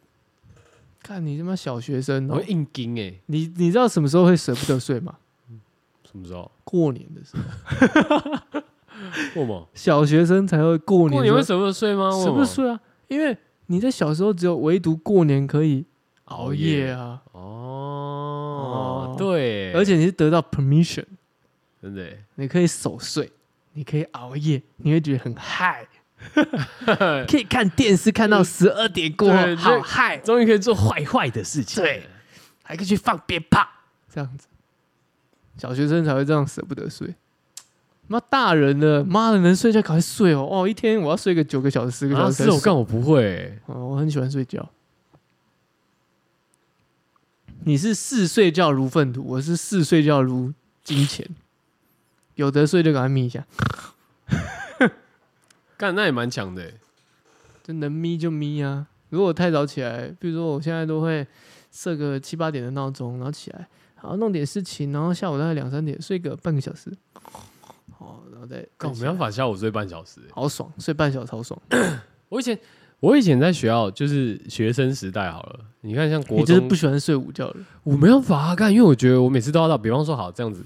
Speaker 2: 看你他妈小学生
Speaker 1: 我
Speaker 2: 哦
Speaker 1: 会，硬盯哎、
Speaker 2: 你你知道什么时候会舍不得睡吗？
Speaker 1: 什么时候？
Speaker 2: 过年的时候，
Speaker 1: 过吗？
Speaker 2: 小学生才会过年
Speaker 1: 过
Speaker 2: 的时
Speaker 1: 年
Speaker 2: 候
Speaker 1: 会舍不得睡吗？
Speaker 2: 舍不得睡啊，因为你在小时候只有唯独过年可以熬夜啊，
Speaker 1: 哦
Speaker 2: 哦，
Speaker 1: 对，
Speaker 2: 而且你是得到 permission，
Speaker 1: 真的欸耶，
Speaker 2: 你可以守岁，你可以熬夜，你会觉得很 <laughs> 嗨，可以看电视看到十二点过
Speaker 1: 对
Speaker 2: 后，好
Speaker 1: 对
Speaker 2: 嗨，
Speaker 1: 终于可以做坏坏的事情。
Speaker 2: 对，还可以去放鞭炮，这样子，小学生才会这样舍不得睡。妈大人了，妈的能睡觉赶快睡哦！哦，一天我要睡个九个小时、十个
Speaker 1: 啊，
Speaker 2: 小时才
Speaker 1: 是
Speaker 2: 睡。
Speaker 1: 我干我不会欸耶、
Speaker 2: 哦，我很喜欢睡觉。你是视睡觉如粪土，我是视睡觉如金钱。有得睡就赶快眯一下，
Speaker 1: 干那也蛮强的欸耶、
Speaker 2: 就能眯就眯啊。如果太早起来，比如说我现在都会设个七八点的闹钟，然后起来，好弄点事情，然后下午大概两三点睡个半个小时，哦，然后再
Speaker 1: 干
Speaker 2: 干
Speaker 1: 我没办，法下午睡半小时欸耶、
Speaker 2: 好爽，睡半小时好爽。
Speaker 1: 我以前我以前在学校就是学生时代好了，你看像国
Speaker 2: 你
Speaker 1: 中
Speaker 2: 就是不喜欢睡午觉了，
Speaker 1: 我没办法啊干、因为我觉得我每次都要到，比方说好这样子，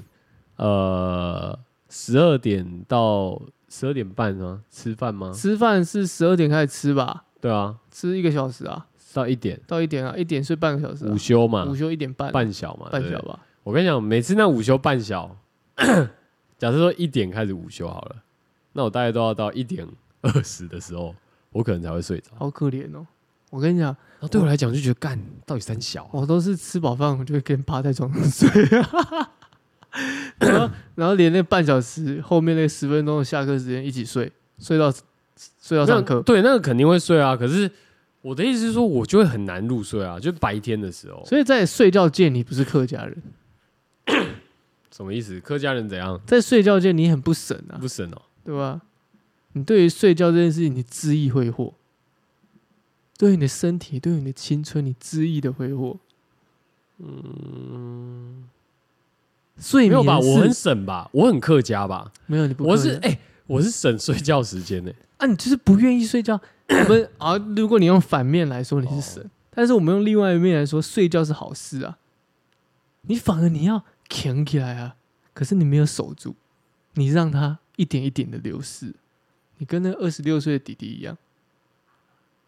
Speaker 1: 呃，十二点到十二点半吗？吃饭吗？
Speaker 2: 吃饭是十二点开始吃吧，
Speaker 1: 对啊，
Speaker 2: 吃一个小时啊，
Speaker 1: 到一点
Speaker 2: 到一点啊，一点睡半个小时、啊
Speaker 1: 午，休嘛
Speaker 2: 午，休一点半，
Speaker 1: 半小嘛，
Speaker 2: 半
Speaker 1: 对
Speaker 2: 小
Speaker 1: 不对。
Speaker 2: 吧。
Speaker 1: <coughs> 我跟你讲，每次那午休半小，假设说一点开始午休好了，那我大概都要到一点二十的时候，我可能才会睡着。
Speaker 2: 好可怜哦。我跟你讲，
Speaker 1: 然后对我来讲就觉得干到底三小啊、
Speaker 2: 我都是吃饱饭我就会跟趴在床上睡， <laughs> 然后然后连那半小时后面那十分钟的下课时间一起睡，睡到睡到上
Speaker 1: 那
Speaker 2: 课。
Speaker 1: 对，那个肯定会睡啊。可是我的意思是说，我就会很难入睡啊，就白天的时候。
Speaker 2: 所以在睡觉界你不是客家人，
Speaker 1: 什么意思？客家人怎样？
Speaker 2: 在睡觉界你很不省啊，
Speaker 1: 不省哦。
Speaker 2: 对吧？你对于睡觉这件事情你恣意挥霍，对于你的身体，对于你的青春，你恣意的挥霍。嗯，睡
Speaker 1: 没有
Speaker 2: 眠
Speaker 1: 吧？
Speaker 2: 是
Speaker 1: 我很省吧？我很客家吧？
Speaker 2: 没有你不客
Speaker 1: 我是
Speaker 2: 气
Speaker 1: 哎、我是省睡觉时间呢、
Speaker 2: 啊，你就是不愿意睡觉。我们啊，如果你用反面来说你是神，但是我们用另外一面来说，睡觉是好事啊。你反而你要扛起来啊，可是你没有守住，你让它一点一点的流失。你跟那二十六岁的弟弟一样，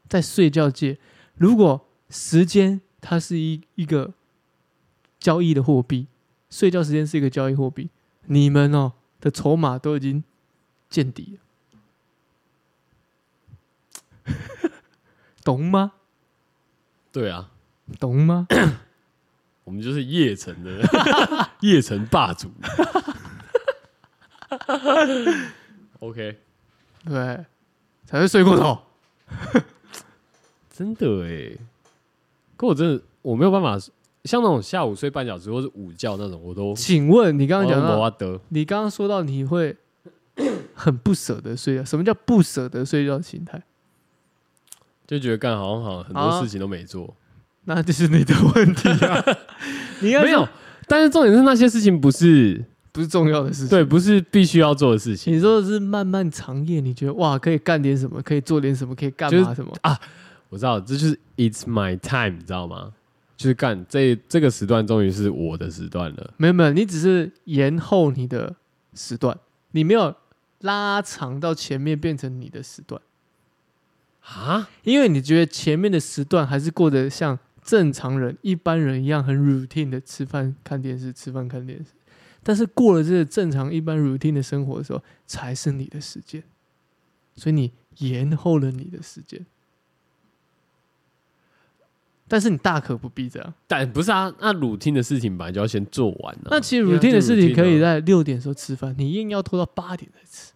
Speaker 2: 在睡觉界，如果时间它是一一个交易的货币，睡觉时间是一个交易货币，你们哦的筹码都已经见底了。懂吗？
Speaker 1: 对啊，
Speaker 2: 懂吗？
Speaker 1: 我们就是夜城的
Speaker 2: <laughs>
Speaker 1: 夜城霸主。OK，
Speaker 2: <coughs>
Speaker 1: <laughs>
Speaker 2: 对，才会睡过头。
Speaker 1: 真的哎、可我真的我没有办法，像那种下午睡半小时或是午觉那种，我都
Speaker 2: 请问你刚刚讲到，
Speaker 1: 哦我啊得
Speaker 2: 你刚刚说到你会 <coughs> 很不舍得睡觉，什么叫不舍得睡觉心态？
Speaker 1: 就觉得干好像好像很
Speaker 2: 啊
Speaker 1: 多事情都没做。
Speaker 2: 那就是你的问题
Speaker 1: <laughs>
Speaker 2: 啊！你应该说
Speaker 1: 没有，但是重点是那些事情不是
Speaker 2: 不是重要的事情。
Speaker 1: 对，，不是必须要做的事情。
Speaker 2: 你说的是漫漫长夜，你觉得哇，可以干点什么，可以做点什么，可以干
Speaker 1: 就
Speaker 2: 嘛
Speaker 1: 是啊
Speaker 2: 什么？
Speaker 1: 我知道，这就是 it's my time，你知道吗？就是干这这个时段终于是我的时段了。
Speaker 2: 没有没有，你只是延后你的时段，你没有拉长到前面变成你的时段。
Speaker 1: 啊，
Speaker 2: 因为你觉得前面的时段还是过得像正常人、一般人一样很 routine 的吃饭、看电视、吃饭、看电视，但是过了这个正常、一般 routine 的生活的时候，才是你的时间，所以你延后了你的时间。但是你大可不必这样。
Speaker 1: 但不是啊，那 routine 的事情本来就要先做完啊。
Speaker 2: 那其实
Speaker 1: 对啊
Speaker 2: routine 的事情
Speaker 1: 就 routine 啊
Speaker 2: 可以在六点的时候吃饭，你硬要拖到八点才吃，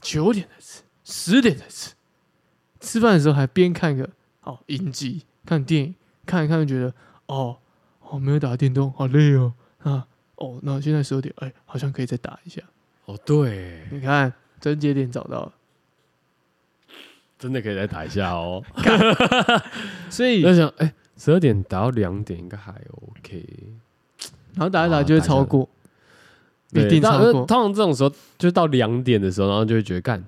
Speaker 2: 九点才吃，十点才吃。吃饭的时候还边看个哦影集、看电影，看一看就觉得哦哦没有打电动，好累哦啊哦那现在十二点，哎好像可以再打一下。
Speaker 1: 哦，对，
Speaker 2: 你看症结点找到了，
Speaker 1: 真的可以再打一下
Speaker 2: <laughs>
Speaker 1: 哦。
Speaker 2: 哎所以
Speaker 1: 在想，哎、1十二点打到两点应该还 OK，
Speaker 2: 然后
Speaker 1: 啊
Speaker 2: 打一打就会超过，一
Speaker 1: 对
Speaker 2: 定
Speaker 1: 到
Speaker 2: 超过。
Speaker 1: 通常这种时候就到两点的时候，然后就会觉得干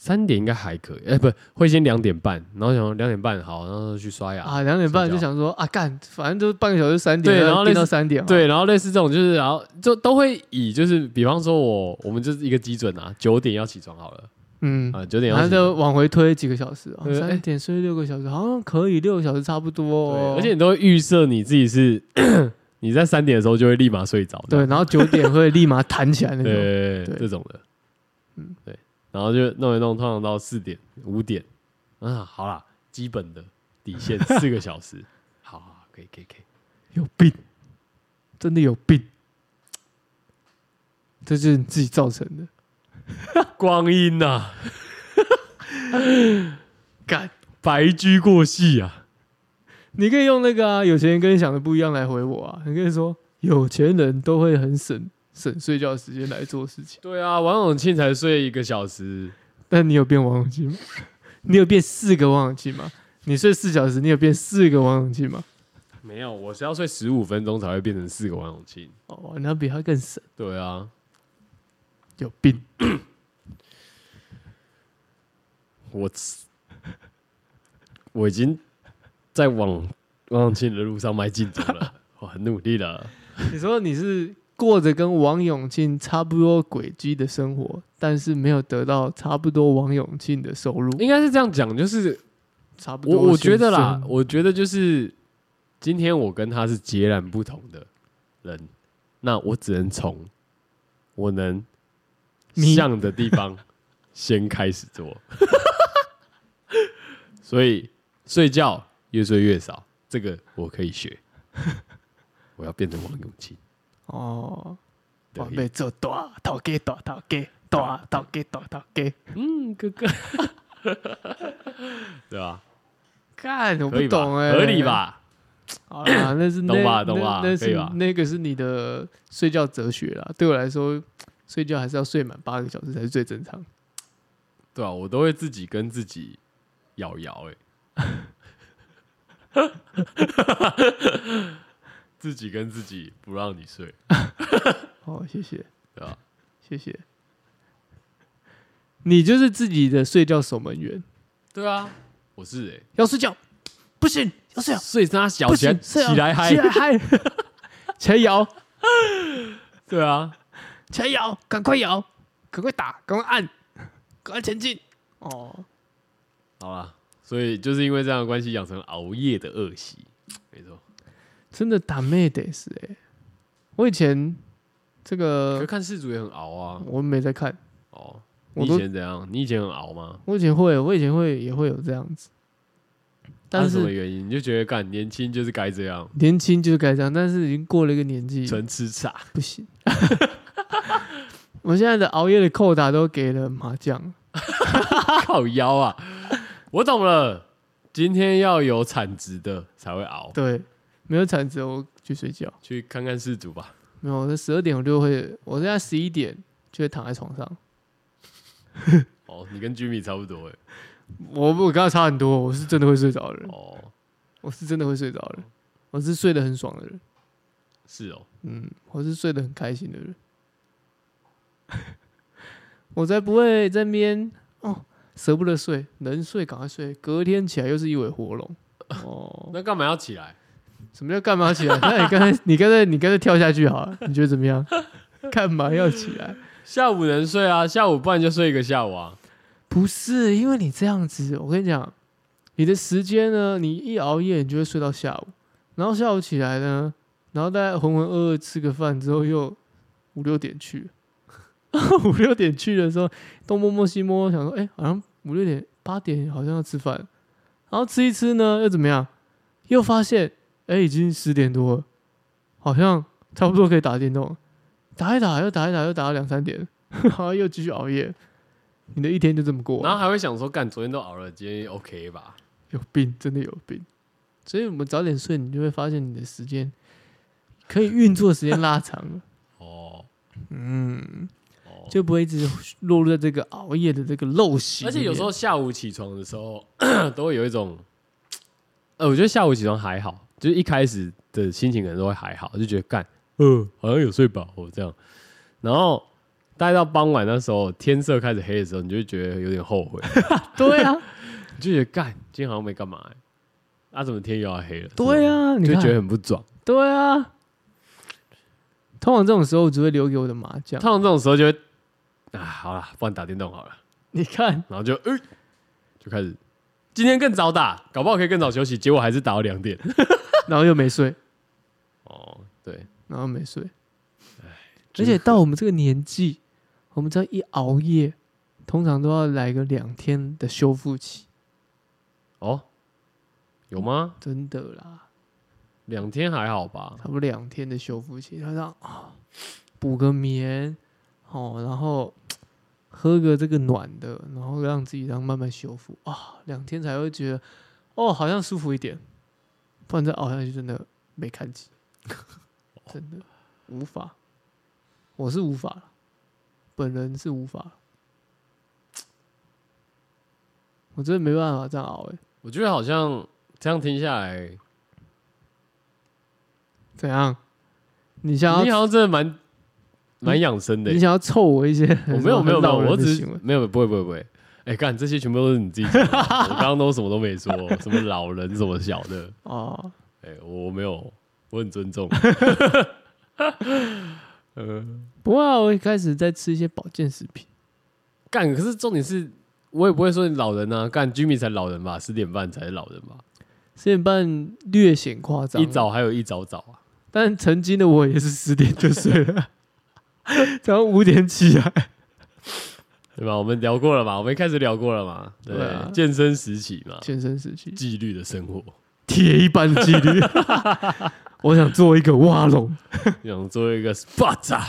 Speaker 1: 三点应该还可以，哎、不会先两点半，然后想两点半好，然后去刷牙。
Speaker 2: 啊，两点半就想说啊，干，反正都半个小时，三点，
Speaker 1: 对然后类
Speaker 2: 定
Speaker 1: 似
Speaker 2: 到三点，，
Speaker 1: 对，然后类似这种就是，然后就都会以就是，比方说我我们就是一个基准啊，九点要起床好了，
Speaker 2: 嗯，
Speaker 1: 啊、九点
Speaker 2: 然
Speaker 1: 要
Speaker 2: 后
Speaker 1: 起床
Speaker 2: 就往回推几个小时啊，
Speaker 1: 对哎
Speaker 2: 三点睡六个小时，好像可以，六个小时差不多
Speaker 1: 对
Speaker 2: 哦。
Speaker 1: 而且你都会预设你自己是 <coughs> 你在三点的时候就会立马睡着的，
Speaker 2: 对，然后九点会立马弹起来那
Speaker 1: 对
Speaker 2: 种。
Speaker 1: 对对
Speaker 2: 对
Speaker 1: 这种的，
Speaker 2: 嗯
Speaker 1: 对，然后就弄一弄，通常到四点五点，啊，好啦，基本的底 <laughs> 线四个小时，好好，好可以可以可以，
Speaker 2: 有病，真的有病，这就是你自己造成的。
Speaker 1: 光阴呐、啊 <laughs>
Speaker 2: 干，
Speaker 1: 白驹过隙啊，
Speaker 2: 你可以用那个啊，有钱人跟你想的不一样来回我啊。你可以说，有钱人都会很省省睡觉时间来做事情，
Speaker 1: 对啊，王永庆才睡一个小时，
Speaker 2: 但你有变王永庆吗？ <laughs> 你有变四个王永庆吗？你睡四小时，你有变四个王永庆吗？
Speaker 1: 没有，我是要睡十五分钟才会变成四个王永庆。
Speaker 2: 哦，那比他更省，
Speaker 1: 对啊，
Speaker 2: 有病。
Speaker 1: 我我已经在往王永庆的路上迈进走 <laughs> 了，我很努力了。
Speaker 2: 你说你是过着跟王永庆差不多轨迹的生活，但是没有得到差不多王永庆的收入，
Speaker 1: 应该是这样讲，就是
Speaker 2: 差不
Speaker 1: 我
Speaker 2: 多。
Speaker 1: 我觉得啦，，我觉得就是今天我跟他是截然不同的人，那我只能从我能
Speaker 2: 你
Speaker 1: 像的地方先开始做， <laughs> 所以睡觉越睡越少，这个我可以学。我要变成王永庆，
Speaker 2: 哦，
Speaker 1: 对
Speaker 2: 我被做大头家大头家大头家大头家，
Speaker 1: 嗯，哥哥， <laughs> 对吧？
Speaker 2: 干我
Speaker 1: 可
Speaker 2: 不
Speaker 1: 以吧？
Speaker 2: 懂哎，
Speaker 1: 合理？吧？
Speaker 2: <laughs> 好啦，那是那
Speaker 1: 懂吧懂吧
Speaker 2: 那那
Speaker 1: 可以
Speaker 2: 是
Speaker 1: 吧
Speaker 2: 那个是你的睡觉哲学啦。对我来说，睡觉还是要睡满八个小时才是最正常。
Speaker 1: 对啊，我都会自己跟自己咬咬、欸， <laughs> 自己跟自己不让你睡，
Speaker 2: 哦，谢谢
Speaker 1: 对啊吧？
Speaker 2: 谢谢。你就是自己的睡觉守门员，
Speaker 1: 对啊，我是哎、
Speaker 2: 要睡觉不行，要睡
Speaker 1: 欸，
Speaker 2: 觉
Speaker 1: 睡他小
Speaker 2: 哦啊不
Speaker 1: 钱
Speaker 2: 行，
Speaker 1: 起
Speaker 2: 睡啊
Speaker 1: 来嗨
Speaker 2: 起，来 <laughs> 嗨，起来摇
Speaker 1: 对啊，
Speaker 2: 起来摇，赶快摇，赶快打，赶快按，赶快前进。哦，
Speaker 1: 好啦，所以就是因为这样的关系，养成熬夜的恶习，没错。
Speaker 2: 真的打妹得死哎！我以前这
Speaker 1: 可
Speaker 2: 个
Speaker 1: 是看世主也很熬啊，
Speaker 2: 我没在看，
Speaker 1: 哦，你
Speaker 2: 我
Speaker 1: 以
Speaker 2: 都
Speaker 1: 前怎样？你以前很熬吗？
Speaker 2: 我以前会，我以前会也会有这样子，但
Speaker 1: 啊那什么
Speaker 2: 是
Speaker 1: 原因？你就觉得干年轻就是该这样，
Speaker 2: 年轻就是该这样，但是已经过了一个年纪，
Speaker 1: 纯吃茶，
Speaker 2: 不行。 <laughs> 我现在的熬夜的扣打都给了麻将，
Speaker 1: 靠腰啊！我懂了，今天要有产值的才会熬。
Speaker 2: 对，没有产值我去睡觉，
Speaker 1: 去看看世主吧，
Speaker 2: 没有，我在十二点我就会，我现在十一点就会躺在床上。
Speaker 1: 哦，你跟 Jimmy 差不多哎，
Speaker 2: 我我跟他差很多，我是真的会睡着的人，
Speaker 1: 哦，
Speaker 2: 我是真的会睡着的人，我是睡得很爽的人，
Speaker 1: 是哦，
Speaker 2: 嗯，我是睡得很开心的人， <laughs> 我才不会在那边哦舍不得睡，能睡赶快睡，隔天起来又是一尾活龙。哦，
Speaker 1: 那干嘛要起来？
Speaker 2: <laughs> 什么叫干嘛起来？那你刚才 <laughs> 你刚才你刚才跳下去好了，你觉得怎么 <laughs> 样？干嘛要起来？
Speaker 1: 下午能睡啊，下午不然就睡一个下午啊。
Speaker 2: 不是，因为你这样子，我跟你讲，你的时间呢，你一熬夜，你就会睡到下午，然后下午起来呢，然后大概浑浑噩噩吃个饭之后，又五六点去， <laughs> 五六点去的时候，东摸摸西摸摸，想说，哎、好像五六点八点好像要吃饭，然后吃一吃呢，又怎么样？又发现，哎、已经十点多了，好像差不多可以打电动了，打一打，又打一打，又打到两三点， <laughs> 然后又继续熬夜。你的一天就这么过完，
Speaker 1: 然后还会想说，干，昨天都熬了，今天 OK 吧？
Speaker 2: 有病，真的有病。所以我们早点睡，你就会发现你的时间可以运作时间拉长了，
Speaker 1: 哦，
Speaker 2: 嗯，
Speaker 1: 哦，
Speaker 2: 就不会一直落入在这个熬夜的这个陋习里面。
Speaker 1: 而且有时候下午起床的时候， <clears throat> 都会有一种，呃，我觉得下午起床还好，就是一开始的心情可能都会还好，就觉得干，呃，好像有睡饱哦这样。然后待到傍晚那时候，天色开始黑的时候，你就会觉得有点后
Speaker 2: <laughs>
Speaker 1: 悔，<laughs>
Speaker 2: 对啊，
Speaker 1: 你就觉得干，今天好像没干嘛、欸，啊，怎么天又要黑了？
Speaker 2: 对啊，你
Speaker 1: 就
Speaker 2: 看
Speaker 1: 觉得很不爽。
Speaker 2: 对啊。通常这种时候，我只会留给我的麻
Speaker 1: <laughs>
Speaker 2: 将。
Speaker 1: 通常这种时候就会，啊，好了，不然打电动好了，
Speaker 2: 你看，
Speaker 1: 然后就，呃，就开始，今天更早打，搞不好可以更早休息，结果还是打到两点。
Speaker 2: 然后又没睡，
Speaker 1: 哦，对，
Speaker 2: 然后
Speaker 1: <laughs>
Speaker 2: 没睡。而
Speaker 1: 真
Speaker 2: 且到我们这个年纪，我们只要一熬夜，通常都要来个两天的修复期，
Speaker 1: 哦，有吗？
Speaker 2: 真的啦。
Speaker 1: 两天还好吧？
Speaker 2: 差不多两天的修复期，他让啊补个眠，哦，然后喝个这个暖的，然后让自己这样慢慢修复啊，两天才会觉得哦，好像舒服一点，不然再熬下去真的没看起，真的无法，我是无法了，本人是无法了，我真的没办法这样熬哎、
Speaker 1: 我觉得好像这样听下来，
Speaker 2: 怎样？你想要嗯
Speaker 1: 你好像真的蛮蛮养生的
Speaker 2: 你
Speaker 1: 欸。
Speaker 2: 想要凑我一些
Speaker 1: 我没有没有没
Speaker 2: 很
Speaker 1: 有，
Speaker 2: 老人
Speaker 1: 我
Speaker 2: 的
Speaker 1: 只是
Speaker 2: 行为
Speaker 1: 没有不会不会不会。哎，干这些全部都是你自己讲的，
Speaker 2: <laughs>
Speaker 1: 我刚刚都什么都没说，什么老人什么小的，
Speaker 2: 哦，
Speaker 1: 哎，我没有，我很尊重。呃，
Speaker 2: 不过、啊、我一开始在吃一些保健食品，
Speaker 1: 干，可是重点是，我也不会说你老人啊，干 Jimmy 才老人吧，十点半才是老人吧，
Speaker 2: 十点半略显夸张，
Speaker 1: 一早还有一早早啊，
Speaker 2: <laughs> 但曾经的我也是十点就睡了，早上五点起来，
Speaker 1: 对吧？我们聊过了嘛，我们一开始聊过了嘛，对，
Speaker 2: 对啊
Speaker 1: 健身时期嘛，
Speaker 2: 健身时期，
Speaker 1: 纪律的生活，
Speaker 2: 铁一般纪 <laughs> 律。我想做一个蛙龙，
Speaker 1: 想做一个 Sparta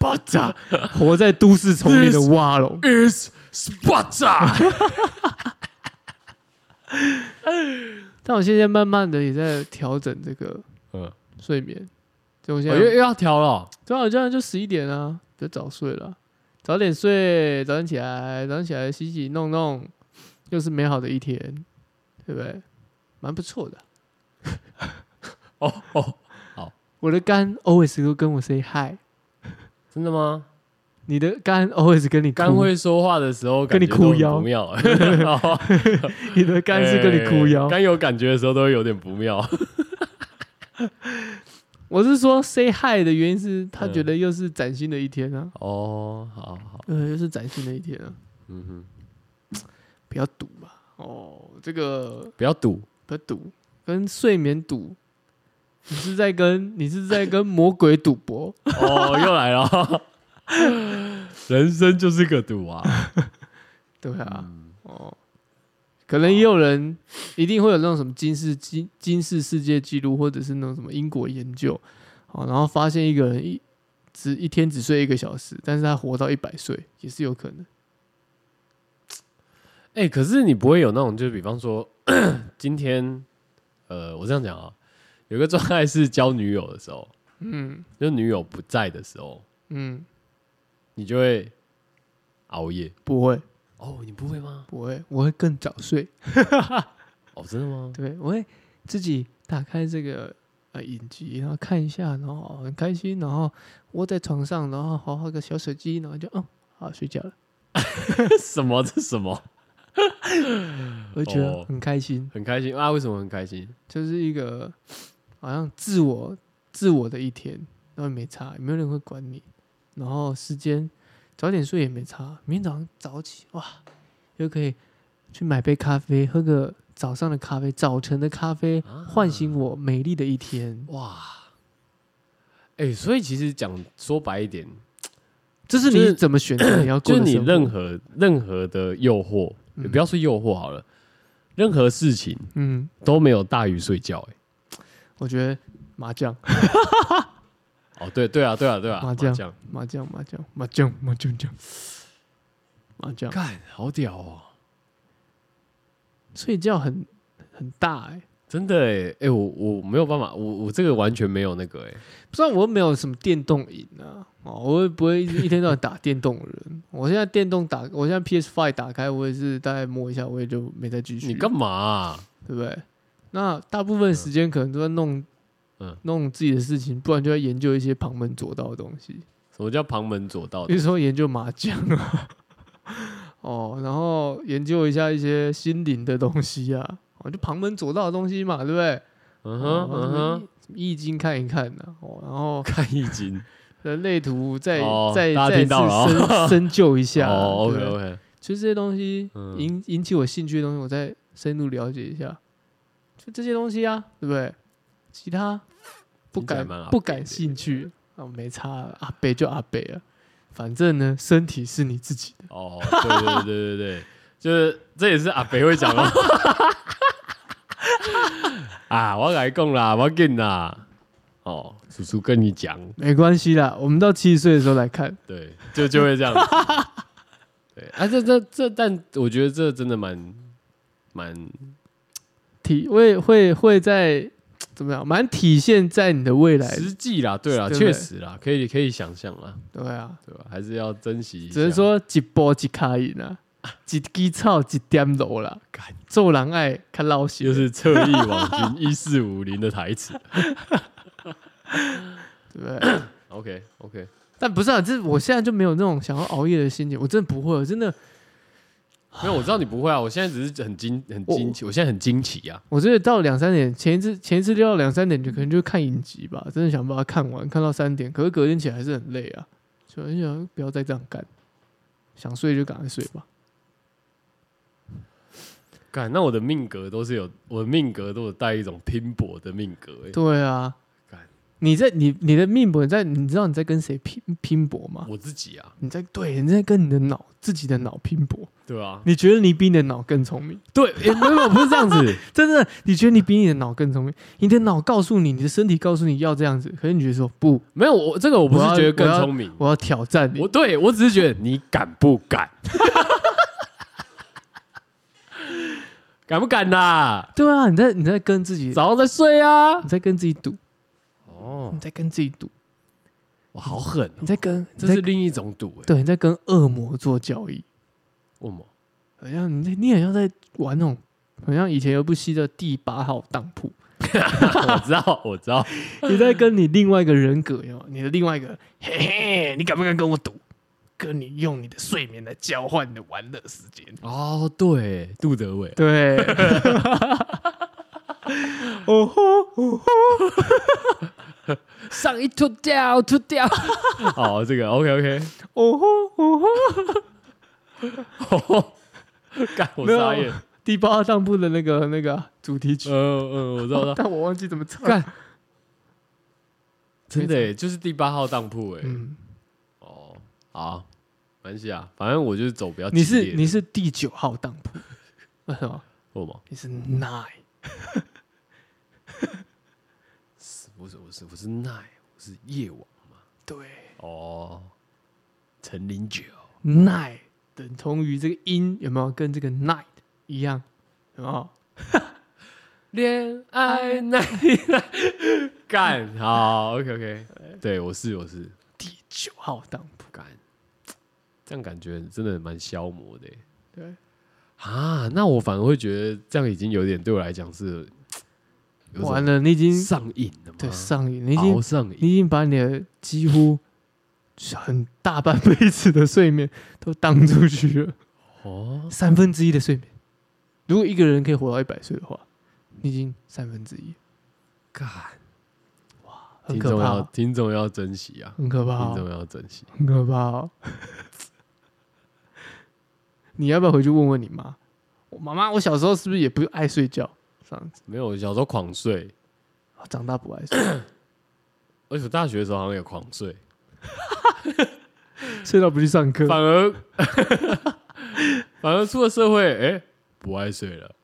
Speaker 2: 巴扎，活在都市丛林的蛙龙。
Speaker 1: is Sparta，
Speaker 2: 但我现在慢慢的也在调整这个
Speaker 1: 嗯，
Speaker 2: 睡眠，就我现
Speaker 1: 我
Speaker 2: 在
Speaker 1: 又又要调了哦，
Speaker 2: 正好这样就十一点啊，比较早睡了，早点睡，早点起来，早点起来洗洗弄弄，又是美好的一天，对不对？蛮不错的。
Speaker 1: <laughs> 哦哦，
Speaker 2: 我的肝 always 都跟我 say hi，
Speaker 1: 真的吗？
Speaker 2: 你的肝 always 跟你哭
Speaker 1: 刚，会说话的时候，
Speaker 2: 跟你
Speaker 1: 感觉都
Speaker 2: 哭腰
Speaker 1: 很不妙， <laughs> 哦
Speaker 2: <laughs> 你的肝是跟
Speaker 1: 哎
Speaker 2: 你哭腰。
Speaker 1: 刚有感觉的时候都会有点不妙，
Speaker 2: 我是说 say hi 的原因是他
Speaker 1: 嗯
Speaker 2: 觉得又是崭新的一天啊，
Speaker 1: 哦，好好，
Speaker 2: 呃，又是崭新的一天啊，
Speaker 1: 嗯哼，
Speaker 2: 不要赌嘛，哦，这个
Speaker 1: 不要赌，
Speaker 2: 不要赌，跟睡眠赌，你是在跟你是在跟魔鬼赌博。
Speaker 1: 哦，又来了， <laughs> 人生就是个赌啊，
Speaker 2: 对啊，哦，可能也有人一定会有那种什么金世金金世世界纪录，或者是那种什么英国研究，哦，然后发现一个人一只一天只睡一个小时，但是他活到一百岁也是有可能。
Speaker 1: 哎、可是你不会有那种，就是比方说，今天，呃，我这样讲啊，有一个状态是交女友的时候，
Speaker 2: 嗯
Speaker 1: 就女友不在的时候，
Speaker 2: 嗯，
Speaker 1: 你就会熬夜。
Speaker 2: 不会
Speaker 1: 哦，你不会吗？
Speaker 2: 不会，我会更早睡。
Speaker 1: 哦，真的吗？
Speaker 2: 对，我会自己打开这个呃影集，然后看一下，然后很开心，然后窝在床上，然后划划个小手机，然后就嗯，好睡觉了，
Speaker 1: 什么？ <laughs> 这什么？
Speaker 2: 我就觉得
Speaker 1: 哦
Speaker 2: 很开心，
Speaker 1: <laughs> 很开心啊？为什么很开心？
Speaker 2: 就是一个好像自我自我的一天，然后也没差，也没有人会管你，然后时间早点睡也没差，明天早上早起哇，又可以去买杯咖啡，喝个早上的咖啡，早晨的咖啡，唤醒我美丽的一天。
Speaker 1: 哇！哎、所以其实讲说白一点，
Speaker 2: 这是
Speaker 1: 就
Speaker 2: 你
Speaker 1: 是
Speaker 2: 怎么选择你要
Speaker 1: 就
Speaker 2: 过
Speaker 1: 是
Speaker 2: 的
Speaker 1: 你
Speaker 2: 生活。
Speaker 1: 任何任何的诱惑，
Speaker 2: 嗯
Speaker 1: 也不要说诱惑好了，任何事情
Speaker 2: 嗯，
Speaker 1: 都没有大于睡觉、欸。
Speaker 2: 我觉得麻将、
Speaker 1: 哎，哦，对对啊，对啊，对啊，
Speaker 2: 麻将
Speaker 1: 麻将
Speaker 2: 麻将、麻将、麻将、麻将将、麻将，
Speaker 1: 干，好屌哦！
Speaker 2: 睡觉很很大哎、
Speaker 1: 真的哎、欸、欸我我没有办法，我我这个完全没有那个哎、
Speaker 2: 不知道我又没有什么电动瘾啊，哦，我也不会一直一天到晚打电动的人。我现在电动打，我现在 PS Five 打开，我也是大概摸一下，我也就没再继续。
Speaker 1: 你干嘛啊、
Speaker 2: 对不对？那大部分时间可能都在弄，
Speaker 1: 嗯
Speaker 2: 弄自己的事情，不然就在研究一些旁门左道的东西。
Speaker 1: 什么叫旁门左道
Speaker 2: 比？如说研究麻将啊， <laughs> 哦，然后研究一下一些心灵的东西啊，哦，就旁门左道的东西嘛，对不对？
Speaker 1: 嗯
Speaker 2: 哦
Speaker 1: 哼嗯哼，，
Speaker 2: 什么易经看一看呢、哦，然后
Speaker 1: 看易经。
Speaker 2: 人类图再、
Speaker 1: 哦
Speaker 2: 再
Speaker 1: 大家
Speaker 2: 再
Speaker 1: 听
Speaker 2: 次
Speaker 1: 到了
Speaker 2: 深、
Speaker 1: 哦
Speaker 2: 深究一下
Speaker 1: <laughs>
Speaker 2: 啊，
Speaker 1: 哦
Speaker 2: 对
Speaker 1: ，OK
Speaker 2: 不对
Speaker 1: OK，
Speaker 2: 其实这些东西
Speaker 1: 嗯
Speaker 2: 引引起我兴趣的东西，我再深入了解一下，就这些东西啊，对不对？其他不
Speaker 1: 听起来
Speaker 2: 感
Speaker 1: 蛮阿
Speaker 2: 不
Speaker 1: 北的
Speaker 2: 感兴趣啊，没差啊阿北就阿北啊，反正呢，身体是你自己的。
Speaker 1: 哦，对对对对对， <laughs> 就是这也是阿北会讲的。 <laughs> 啊，我来讲啦，我跟啦。哦，叔叔跟你讲，
Speaker 2: 没关系啦，我们到七十岁的时候来看。
Speaker 1: 对，就就会这
Speaker 2: <laughs>
Speaker 1: 样子。对啊，这这这，但我觉得这真的蛮蛮
Speaker 2: 体会会会在怎么样，蛮体现在你的未来的。
Speaker 1: 实际啦，对啦，
Speaker 2: 对不对
Speaker 1: 确实啦，可以可以想象啦，
Speaker 2: 对啊，
Speaker 1: 对吧？还是要珍惜一下。
Speaker 2: 只能说一波一卡赢啊，一基草一点路啦
Speaker 1: 干，
Speaker 2: 做人爱较老实。
Speaker 1: 又是侧翼网军一四五零的台词。
Speaker 2: 对不对？
Speaker 1: OK OK，
Speaker 2: 但不是啊，这我现在就没有那种想要熬夜的心情，我真的不会，我真的，
Speaker 1: 没有，我知道你不会啊，我现在只是很惊很惊奇，我现在很惊奇啊。
Speaker 2: 我真的到两三点，前一次前一次溜到两三点就可能就看影集吧，真的想把它看完，看到三点，可是隔天起来还是很累啊，就很想不要再这样干，想睡就赶快睡吧。
Speaker 1: 干，那我的命格都是有，我的命格都有带一种拼搏的命格、欸，
Speaker 2: 对啊
Speaker 1: 干，
Speaker 2: 你在你你的命搏在，你知道你在跟谁拼拼搏吗？
Speaker 1: 我自己啊，
Speaker 2: 你在对，你在跟你的脑自己的脑拼搏。
Speaker 1: 对啊，
Speaker 2: 你觉得你比你的脑更聪明？
Speaker 1: 对，诶没有没有不是这样子，
Speaker 2: 真的，你觉得你比你的脑更聪明？你的脑告诉你，你的身体告诉你要这样子，可是你觉得说不，
Speaker 1: <laughs> 没有我这个我不是
Speaker 2: 我要
Speaker 1: 觉得更
Speaker 2: 我要
Speaker 1: 聪明，
Speaker 2: 我要挑战你
Speaker 1: 我。对我只是觉得你敢不敢，敢不敢呐、
Speaker 2: 对啊，你在你在跟自己，
Speaker 1: 早上再睡啊
Speaker 2: 你！在跟自己赌，
Speaker 1: 哦
Speaker 2: 你，在跟自己赌，
Speaker 1: 我好狠、哦
Speaker 2: 你，在跟你
Speaker 1: 这
Speaker 2: 在
Speaker 1: 是另一种赌哎、
Speaker 2: 对，你在跟恶魔做交易，
Speaker 1: 为什么？
Speaker 2: 好像你在你好像在玩那种，好像以前有部戏叫《第八号当 <laughs> 铺
Speaker 1: 我知道，我知道，》，
Speaker 2: 你在跟你另外一个人格有没有你的另外一个，嘿嘿，你敢不敢跟我赌？跟你用你的睡眠来交换你的玩乐时间。
Speaker 1: 哦，对，杜德伟，
Speaker 2: 对， <laughs> 哦吼哦吼，
Speaker 1: 上一吐掉，吐掉。好，这个 OK
Speaker 2: 哦吼哦吼，
Speaker 1: OK，干我傻
Speaker 2: 没
Speaker 1: 眼
Speaker 2: 有。第八当铺的那个那个啊主题曲，
Speaker 1: 嗯嗯，我知
Speaker 2: <laughs>
Speaker 1: 道，我知道
Speaker 2: 但我忘记怎么唱。
Speaker 1: 干真的欸就是第八号当铺哎。
Speaker 2: 嗯，
Speaker 1: 哦，好，没关系啊，反正我就是走比较激
Speaker 2: 你
Speaker 1: 烈
Speaker 2: 是
Speaker 1: 的
Speaker 2: 你是第九号当铺，为什么？
Speaker 1: <laughs> 为什么？
Speaker 2: 你是 nine，
Speaker 1: 我是我是我是奈，我是夜王
Speaker 2: 对
Speaker 1: 哦，陈林九
Speaker 2: nine 等同于这个音有没有跟这个 night 一样？有没有？
Speaker 1: 恋 <laughs> 爱奈干好 OK OK，对我是我是
Speaker 2: 第九号当铺，
Speaker 1: 干，这样感觉真的蛮消磨的欸
Speaker 2: 对，
Speaker 1: 啊。那我反而会觉得这样已经有点对我来讲是有啊
Speaker 2: 完
Speaker 1: 种
Speaker 2: 了，你已经
Speaker 1: 上瘾了吗？
Speaker 2: 对上瘾，你已经
Speaker 1: 熬上瘾，
Speaker 2: 你已经把你的几乎很大半辈子的睡眠都当出去了，
Speaker 1: 哦，
Speaker 2: 三分之一的睡眠。如果一个人可以活到一百岁的话，你已经三分之一，
Speaker 1: 干，
Speaker 2: 很
Speaker 1: 听
Speaker 2: 可
Speaker 1: 众
Speaker 2: 怕
Speaker 1: 要
Speaker 2: 哦，
Speaker 1: 听众要珍惜啊，
Speaker 2: 很可怕
Speaker 1: 听
Speaker 2: 哦，
Speaker 1: 众要珍惜。
Speaker 2: 很可怕哦。你要不要回去问问你妈？我妈妈，我小时候是不是也不爱睡觉？这样子，哦
Speaker 1: 没有，我小时候狂睡，
Speaker 2: 长大不爱
Speaker 1: <coughs>
Speaker 2: 睡，
Speaker 1: 而且我大学的时候好像也狂睡，
Speaker 2: 睡到不去上课。
Speaker 1: 反而 <laughs> 反而出了社会，哎、不爱睡了。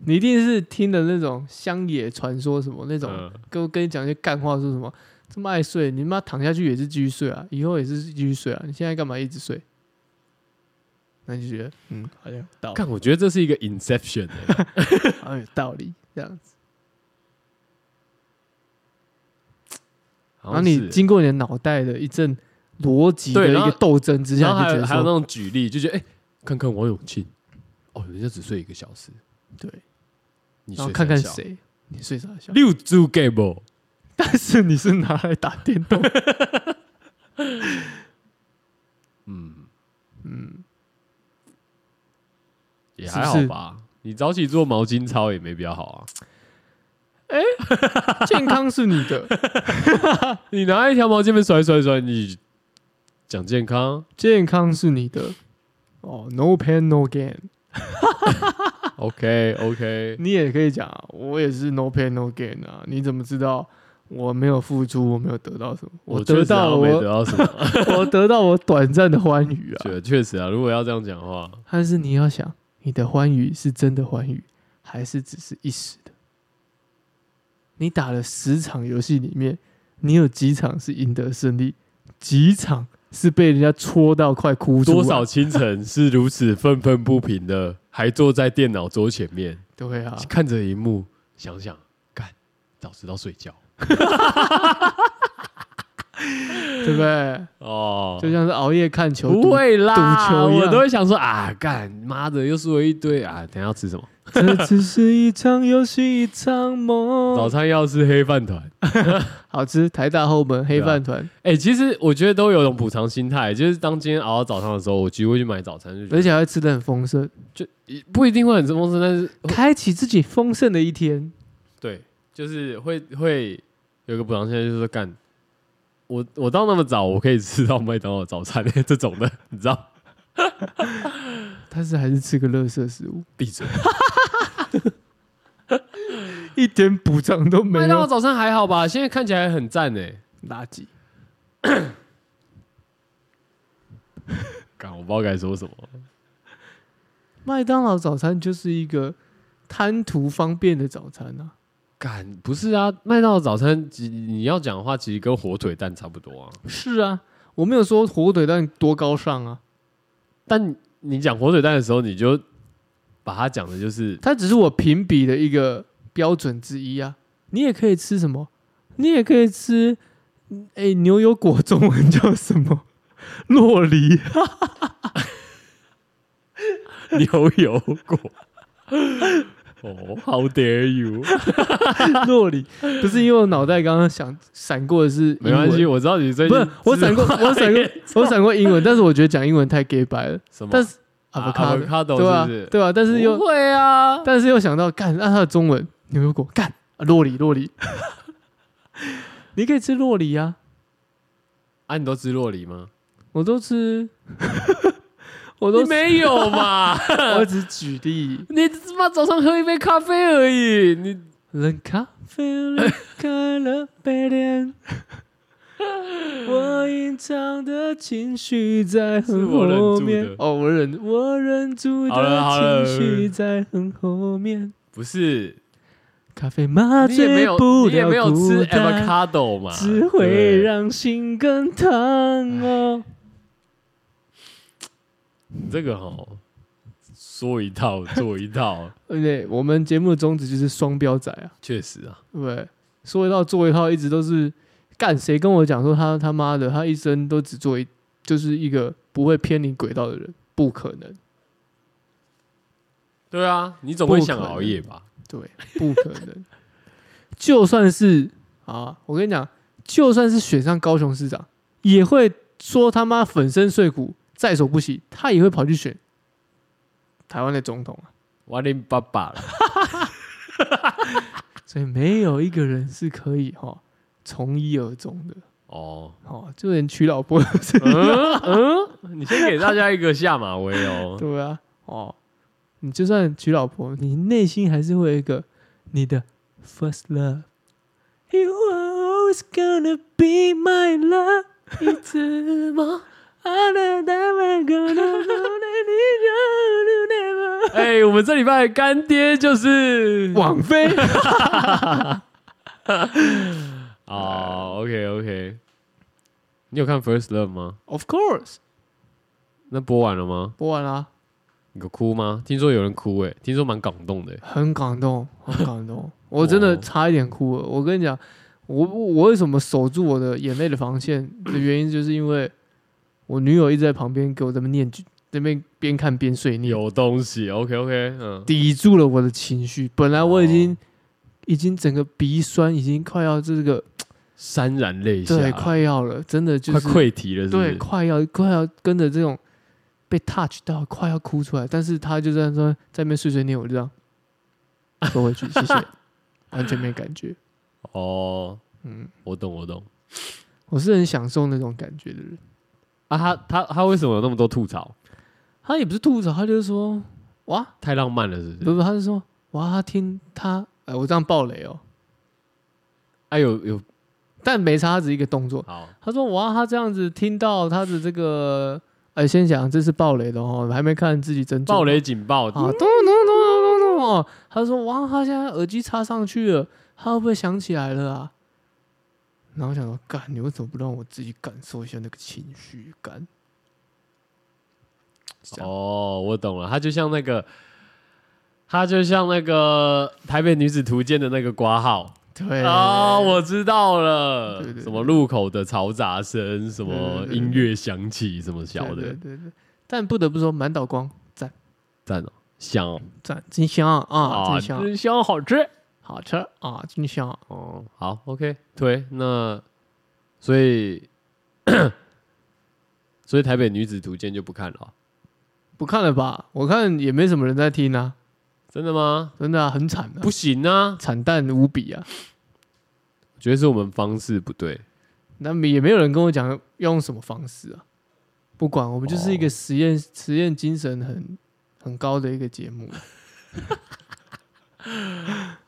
Speaker 2: 你一定是听的那种乡野传说什么那种
Speaker 1: 嗯，
Speaker 2: 跟我跟你讲一些干话，说什么这么爱睡，你妈躺下去也是继续睡啊，以后也是继续睡啊，你现在干嘛一直睡？那你就觉得，嗯，好像有道理，
Speaker 1: 看，我觉得这是一个 inception，、欸、
Speaker 2: <laughs> 好像有道理这样子。
Speaker 1: 然
Speaker 2: 然后
Speaker 1: 欸
Speaker 2: 你经过你的脑袋的一阵逻辑的
Speaker 1: 对
Speaker 2: 一
Speaker 1: 然后
Speaker 2: 个斗争之
Speaker 1: 然
Speaker 2: 下，
Speaker 1: 后还
Speaker 2: 你
Speaker 1: 有
Speaker 2: 就
Speaker 1: 还有
Speaker 2: 觉得
Speaker 1: 那
Speaker 2: 说，
Speaker 1: 种举例，就觉得哎、看看王永庆，哦，人家只睡一个小时，
Speaker 2: 对，
Speaker 1: 你睡
Speaker 2: 然后看看
Speaker 1: 三小
Speaker 2: 谁，你睡啥觉？
Speaker 1: 六组
Speaker 2: 哦
Speaker 1: game，
Speaker 2: <laughs> 但是你是拿来打电动，
Speaker 1: 嗯，
Speaker 2: 嗯，
Speaker 1: 也
Speaker 2: 是不
Speaker 1: 还好
Speaker 2: 是
Speaker 1: 吧。你早起做毛巾操也没比较好啊！
Speaker 2: <laughs> 健康是你的，
Speaker 1: 你拿一条毛巾被甩甩甩，你讲健
Speaker 2: <laughs>
Speaker 1: 康
Speaker 2: 健康是你的，哦，no pain no gain。
Speaker 1: ，OK OK，
Speaker 2: 你也可以讲，我也是 no pain no gain 啊。你怎么知道我没有付出，我没有得到什么？得
Speaker 1: 确实好
Speaker 2: 到
Speaker 1: 像没得
Speaker 2: 我，
Speaker 1: 到什么，
Speaker 2: 我得到我短暂的欢愉啊。 <laughs>
Speaker 1: 确确实啊，如果要这样讲的话，
Speaker 2: 但是你要想，你的欢愉是真的欢愉，还是只是一时的？你打了十场游戏里面，你有几场是赢得胜利，几场是被人家戳到快哭出来？
Speaker 1: 多少清晨是如此愤愤不平的，还坐在电脑桌前面
Speaker 2: 对啊，
Speaker 1: 看着荧幕，想想干，早知道睡觉
Speaker 2: 对不对？
Speaker 1: 哦，
Speaker 2: 就像是熬夜看球，
Speaker 1: 不会啊啦，
Speaker 2: 赌球一样
Speaker 1: 我都会想说啊，干妈的又输了一堆啊，等一下要吃什么？
Speaker 2: 这只是一场游戏，一场梦。
Speaker 1: 早餐要吃黑饭团。 <laughs>
Speaker 2: 好吃台大后门黑饭团，
Speaker 1: 哎、其实我觉得都有一种补偿心态，就是当今天熬到早上的时候，我几乎会去买早餐，就觉得
Speaker 2: 而且还会吃的很丰盛，
Speaker 1: 不一定会很丰盛，但是
Speaker 2: 开启自己丰盛的一天。
Speaker 1: 对，就是会会有个补偿心态，就是说干。我我到那么早，我可以吃到麦当劳早餐、 <laughs> 这种的，你知道？
Speaker 2: 但是还是吃个垃圾食物，
Speaker 1: 闭嘴！
Speaker 2: 一点补偿都没
Speaker 1: 麦当劳
Speaker 2: 有，
Speaker 1: 早餐还好 <laughs> 吧？现在看起来很赞哎、
Speaker 2: 垃圾。
Speaker 1: 干，我不知道该说什么。
Speaker 2: 麦当劳早餐就是一个贪图方便的早餐啊，
Speaker 1: 干，不是啊，麦当劳早餐，其你要讲的话，其实跟火腿蛋差不多啊。
Speaker 2: 是啊，我没有说火腿蛋多高尚啊，
Speaker 1: 但你讲火腿蛋的时候，你就把它讲的就是
Speaker 2: 它只是我评比的一个标准之一啊。你也可以吃什么？你也可以吃，哎、牛油果中文叫什么？ <laughs> 洛梨， <laughs>
Speaker 1: 牛油果。 <laughs> 哦、h o w dare you！
Speaker 2: 洛梨，不是因为我脑袋刚刚想闪过的是
Speaker 1: 没关系，
Speaker 2: 英文，
Speaker 1: 我知道你最
Speaker 2: 不
Speaker 1: 近
Speaker 2: 是我闪过，我
Speaker 1: <laughs>
Speaker 2: 闪过，我闪过英文，但是我觉得讲英文太 gay 白了，
Speaker 1: 什么？
Speaker 2: 但是
Speaker 1: 啊
Speaker 2: avocado，
Speaker 1: avocado
Speaker 2: 对吧、
Speaker 1: 是不是
Speaker 2: 对吧、但是又
Speaker 1: <laughs> 不会
Speaker 2: <laughs>
Speaker 1: 啊，
Speaker 2: 但是又想到干，那、它的中文牛油果干、啊、洛梨洛梨， <laughs> 你可以吃洛梨啊，
Speaker 1: 啊，你都吃洛梨吗？
Speaker 2: 我都吃， <laughs> 我都
Speaker 1: 你没有嘛？
Speaker 2: 我只举例，
Speaker 1: <laughs> 你他妈早上喝一杯咖啡而已，你
Speaker 2: 冷咖啡离开了杯 <laughs> 垫，我隐藏的情绪在
Speaker 1: 是
Speaker 2: 很
Speaker 1: 我忍
Speaker 2: 后
Speaker 1: 住
Speaker 2: 面
Speaker 1: 的。
Speaker 2: 哦，我忍，我忍住
Speaker 1: 好了好
Speaker 2: 的
Speaker 1: 了
Speaker 2: 情绪在很后面。
Speaker 1: 不是
Speaker 2: 咖啡麻
Speaker 1: 你也没
Speaker 2: 醉
Speaker 1: 有
Speaker 2: 不
Speaker 1: 你也
Speaker 2: 了
Speaker 1: 没有
Speaker 2: 孤
Speaker 1: 吃
Speaker 2: 单。
Speaker 1: avocado 嘛？
Speaker 2: 只会
Speaker 1: 对
Speaker 2: 让心更疼哦。
Speaker 1: 你这个哈，说一套做一 <laughs> 套，
Speaker 2: 对，我们节目的宗旨就是双标仔啊，
Speaker 1: 确实啊，
Speaker 2: 对不对？说一套做一套，一直都是干。谁跟我讲说他他妈的，他一生都只做一，就是一个不会偏离轨道的人，不可能，
Speaker 1: 对啊，你总会
Speaker 2: 不可
Speaker 1: 想
Speaker 2: 能
Speaker 1: 熬夜吧？
Speaker 2: 对，不可能。 <laughs> 就算是啊，我跟你讲，就算是选上高雄市长，也会说他妈粉身碎骨，在所不惜，他也会跑去选台湾的总统啊。
Speaker 1: 我连爸爸了，
Speaker 2: 所以没有一个人是可以哈、从一而终的。
Speaker 1: <laughs> 哦，
Speaker 2: 哦，就连娶老婆都是，
Speaker 1: 嗯嗯，你先给大家一个下马威 <laughs> 哦，
Speaker 2: 对啊，哦，你就算娶老婆，你内心还是会有一个你的 first love。You are always gonna be my love，你怎么？I'm never gonna let you go, never。
Speaker 1: 哎，我们这礼拜的干爹
Speaker 2: <laughs>
Speaker 1: 就是
Speaker 2: 王菲，
Speaker 1: 哦，OK OK，你有看 First Love 吗？
Speaker 2: ，Of course，
Speaker 1: 那播完了吗？
Speaker 2: 播完啦，
Speaker 1: 你有哭吗？听说有人哭哎、听说蛮感动的、欸。
Speaker 2: 很感动，很
Speaker 1: <laughs>
Speaker 2: 感动，我真的
Speaker 1: 哦
Speaker 2: 差一点哭了。我跟你讲，我我为什么守住我的眼泪的防线的原因，就是因为我女友一直在旁边给我这么念，这边边看边碎念，
Speaker 1: 有东西，OK OK，嗯，
Speaker 2: 抵住了我的情绪。本来我已经、
Speaker 1: 哦
Speaker 2: 已经整个鼻酸，已经快要这个
Speaker 1: 潸然泪下，
Speaker 2: 对，快要了，真的就是
Speaker 1: 快溃堤了是不
Speaker 2: 对，
Speaker 1: 是，
Speaker 2: 快要快要跟着这种被 touch 到，快要哭出来，但是他就这样说，在那边碎碎念，我就这样 <laughs> 收回去，谢谢， <laughs> 完全没感觉。
Speaker 1: 哦，
Speaker 2: 嗯，
Speaker 1: 我懂我懂。
Speaker 2: 我是很享受那种感觉的人。
Speaker 1: 啊，他他他为什么有那么多吐槽？
Speaker 2: 他也不是吐槽，他就是说哇，
Speaker 1: 太浪漫了是不是？
Speaker 2: 不不，他是说哇，他听他，哎、我这样爆雷哦，
Speaker 1: 哎有有
Speaker 2: 但没差，他只是一个动作。
Speaker 1: 好，
Speaker 2: 他说哇，他这样子听到他的这个，哎、先讲这是爆雷的哦，还没看自己真
Speaker 1: 暴雷警报，
Speaker 2: 啊，咚咚咚咚咚咚哦！他说：“哇，他现在耳机插上去了，他会不会想起来了啊？”然后我想说：“干，你为什么不让我自己感受一下那个情绪感？”是这样
Speaker 1: 哦，我懂了，他就像那个，他就像那个《台北女子图鉴》的那个挂号
Speaker 2: 对
Speaker 1: 哦，我知道了
Speaker 2: 对对，对
Speaker 1: 什么路口的嘈杂声，什么
Speaker 2: 对对对
Speaker 1: 音乐响起，什么
Speaker 2: 对
Speaker 1: 小
Speaker 2: 对
Speaker 1: 的，
Speaker 2: 对对。但不得不说，满岛光
Speaker 1: 赞哦，香哦
Speaker 2: 赞，真香啊，啊
Speaker 1: 啊，
Speaker 2: 真香，
Speaker 1: 真香，好吃。
Speaker 2: 好吃啊，真香。
Speaker 1: 哦，好，OK，推那，所以 <coughs> 所以台北女子图鉴就不看了哦、
Speaker 2: 不看了吧？我看也没什么人在听啊，
Speaker 1: 真的吗？
Speaker 2: 真的啊、很惨啊
Speaker 1: 不，行啊，
Speaker 2: 惨淡无比啊。
Speaker 1: 我觉得是我们方式不对。
Speaker 2: 那么也没有人跟我讲要用什么方式啊。不管，我们就是一个
Speaker 1: 哦
Speaker 2: 实验、实验精神很很高的一个节目。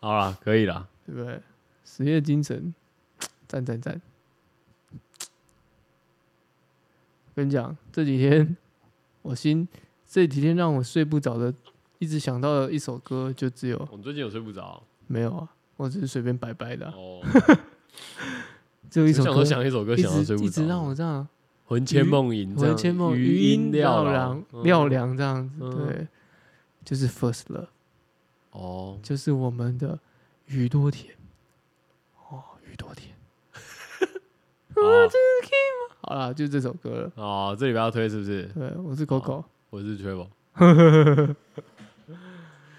Speaker 1: 好啦，可以啦，
Speaker 2: 对不对？实业精神，赞赞赞！跟你讲，这几天我心这几天让我睡不着的，一直想到的一首歌就只有
Speaker 1: 我最近有睡不着
Speaker 2: 没有啊，我只是随便摆摆的啊、
Speaker 1: 哦，
Speaker 2: <laughs> 只有一首
Speaker 1: 想
Speaker 2: 歌
Speaker 1: 说，想一首歌，
Speaker 2: 一
Speaker 1: 想到睡
Speaker 2: 直
Speaker 1: 不
Speaker 2: 一直让
Speaker 1: 着，
Speaker 2: 我这样
Speaker 1: 魂牵梦萦这样，
Speaker 2: 魂牵梦
Speaker 1: 余音
Speaker 2: 绕
Speaker 1: 梁，嗯
Speaker 2: 绕梁这样子，
Speaker 1: 嗯
Speaker 2: 对，就是 first love，
Speaker 1: 哦，
Speaker 2: 就是我们的宇多田，哦，宇多田，啊
Speaker 1: 哦
Speaker 2: 好啦，就这首歌了。
Speaker 1: 哦，这里不要推是不是？
Speaker 2: 对，我是 Coco，
Speaker 1: 我是 Travel，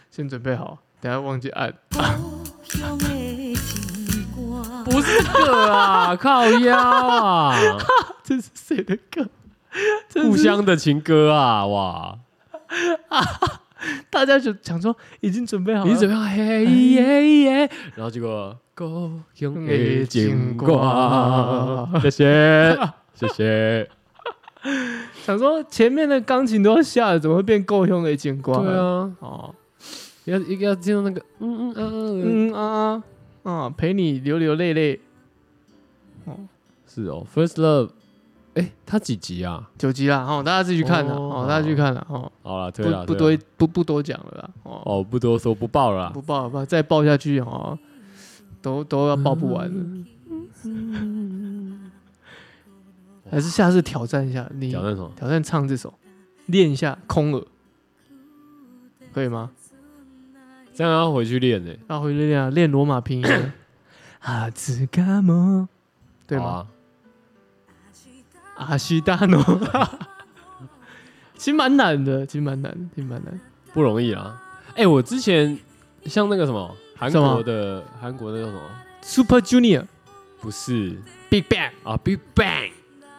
Speaker 2: 先准备好，等下忘记按。 <laughs>
Speaker 1: 不是这个啊，靠腰
Speaker 2: <laughs>
Speaker 1: 啊，
Speaker 2: 这是谁的歌？这是
Speaker 1: 故乡的情歌啊，哇，
Speaker 2: 大家就想说已经准备好了，
Speaker 1: 你怎么样？嘿耶耶，然后结果故乡的情歌，谢 <laughs> 谢谢谢，
Speaker 2: 想说前面的钢琴都要下了，怎么会变够用的剪光？
Speaker 1: 对，啊，
Speaker 2: 哦，
Speaker 1: 要一定要进入那个嗯嗯嗯嗯，
Speaker 2: 嗯啊啊啊，陪你流流泪泪
Speaker 1: 是哦，First Love，哎，它几集啊？
Speaker 2: 九集啦，哦，大家自己去看啦，
Speaker 1: 哦
Speaker 2: 哦，大家去看啦，哦，
Speaker 1: 好了，推了
Speaker 2: 不不
Speaker 1: 推
Speaker 2: 多
Speaker 1: 啦
Speaker 2: 不不多讲了啦，哦，
Speaker 1: 啊哦，不多说，不报了啦，
Speaker 2: 不报了吧，再报下去哦，都都要报不完了，还是下次挑战一下你，
Speaker 1: 挑战什么？
Speaker 2: 挑战唱这首，练一下空耳，可以吗？
Speaker 1: 这样要回去练呢，
Speaker 2: 那回去练啊，练罗马拼音，哈兹嘎莫，对
Speaker 1: 好
Speaker 2: 吗？
Speaker 1: 啊？
Speaker 2: 阿西达诺， <laughs> 其实蛮难的，其实蛮难，其实蛮难。
Speaker 1: 不容易啊。哎、我之前像那个什么韩
Speaker 2: 什么
Speaker 1: 国的韩国那个什么，
Speaker 2: Super Junior、
Speaker 1: 不是
Speaker 2: Big Bang，
Speaker 1: 啊，Big Bang，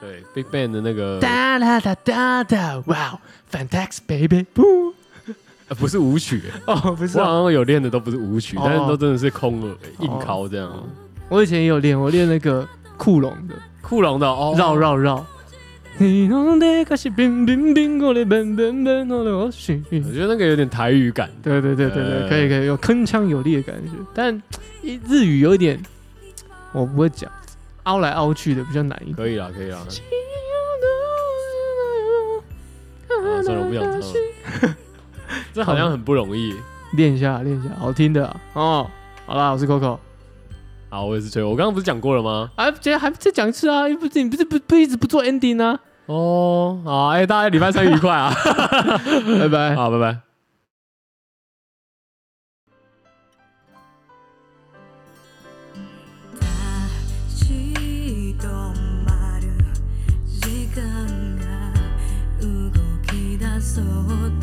Speaker 1: 对，Big Bang 的那个、
Speaker 2: 哒啦哒哒哒，哇，Fantastic 哦 Baby，不，
Speaker 1: 呃不是舞曲、
Speaker 2: 哦，不是
Speaker 1: 我
Speaker 2: 啊，
Speaker 1: 好像有练的都不是舞曲，
Speaker 2: 哦
Speaker 1: 但是都真的是空耳、
Speaker 2: 哦
Speaker 1: 硬考这样。
Speaker 2: 我以前也有练，我练那个库龙的
Speaker 1: 库龙的哦，
Speaker 2: 绕绕绕。你弄的可是冰冰冰，我的笨笨笨，我的我去。
Speaker 1: 我觉得那个有点台语感。
Speaker 2: 对对对对
Speaker 1: 呃
Speaker 2: 对，可以可以，有铿锵有力的感觉。但一日语有一点，我不会讲，凹来凹去的比较难一点。
Speaker 1: 可以啦，可以啦。啊，算了，我不想唱了。
Speaker 2: <laughs>
Speaker 1: 这好像很不容易。
Speaker 2: 练一下，练一下，好听的啊、哦。好啦，我是 Coco，
Speaker 1: 好，我也是吹。我刚刚不是讲过了吗？
Speaker 2: 哎、啊，这还再讲一次啊！又不是你不是不不一直不做 ending 啊？
Speaker 1: 哦，好，哎、大家礼拜三愉快啊！
Speaker 2: <laughs> 拜拜。
Speaker 1: 好，拜拜。
Speaker 3: 立ち止まる時間が動き出そうだ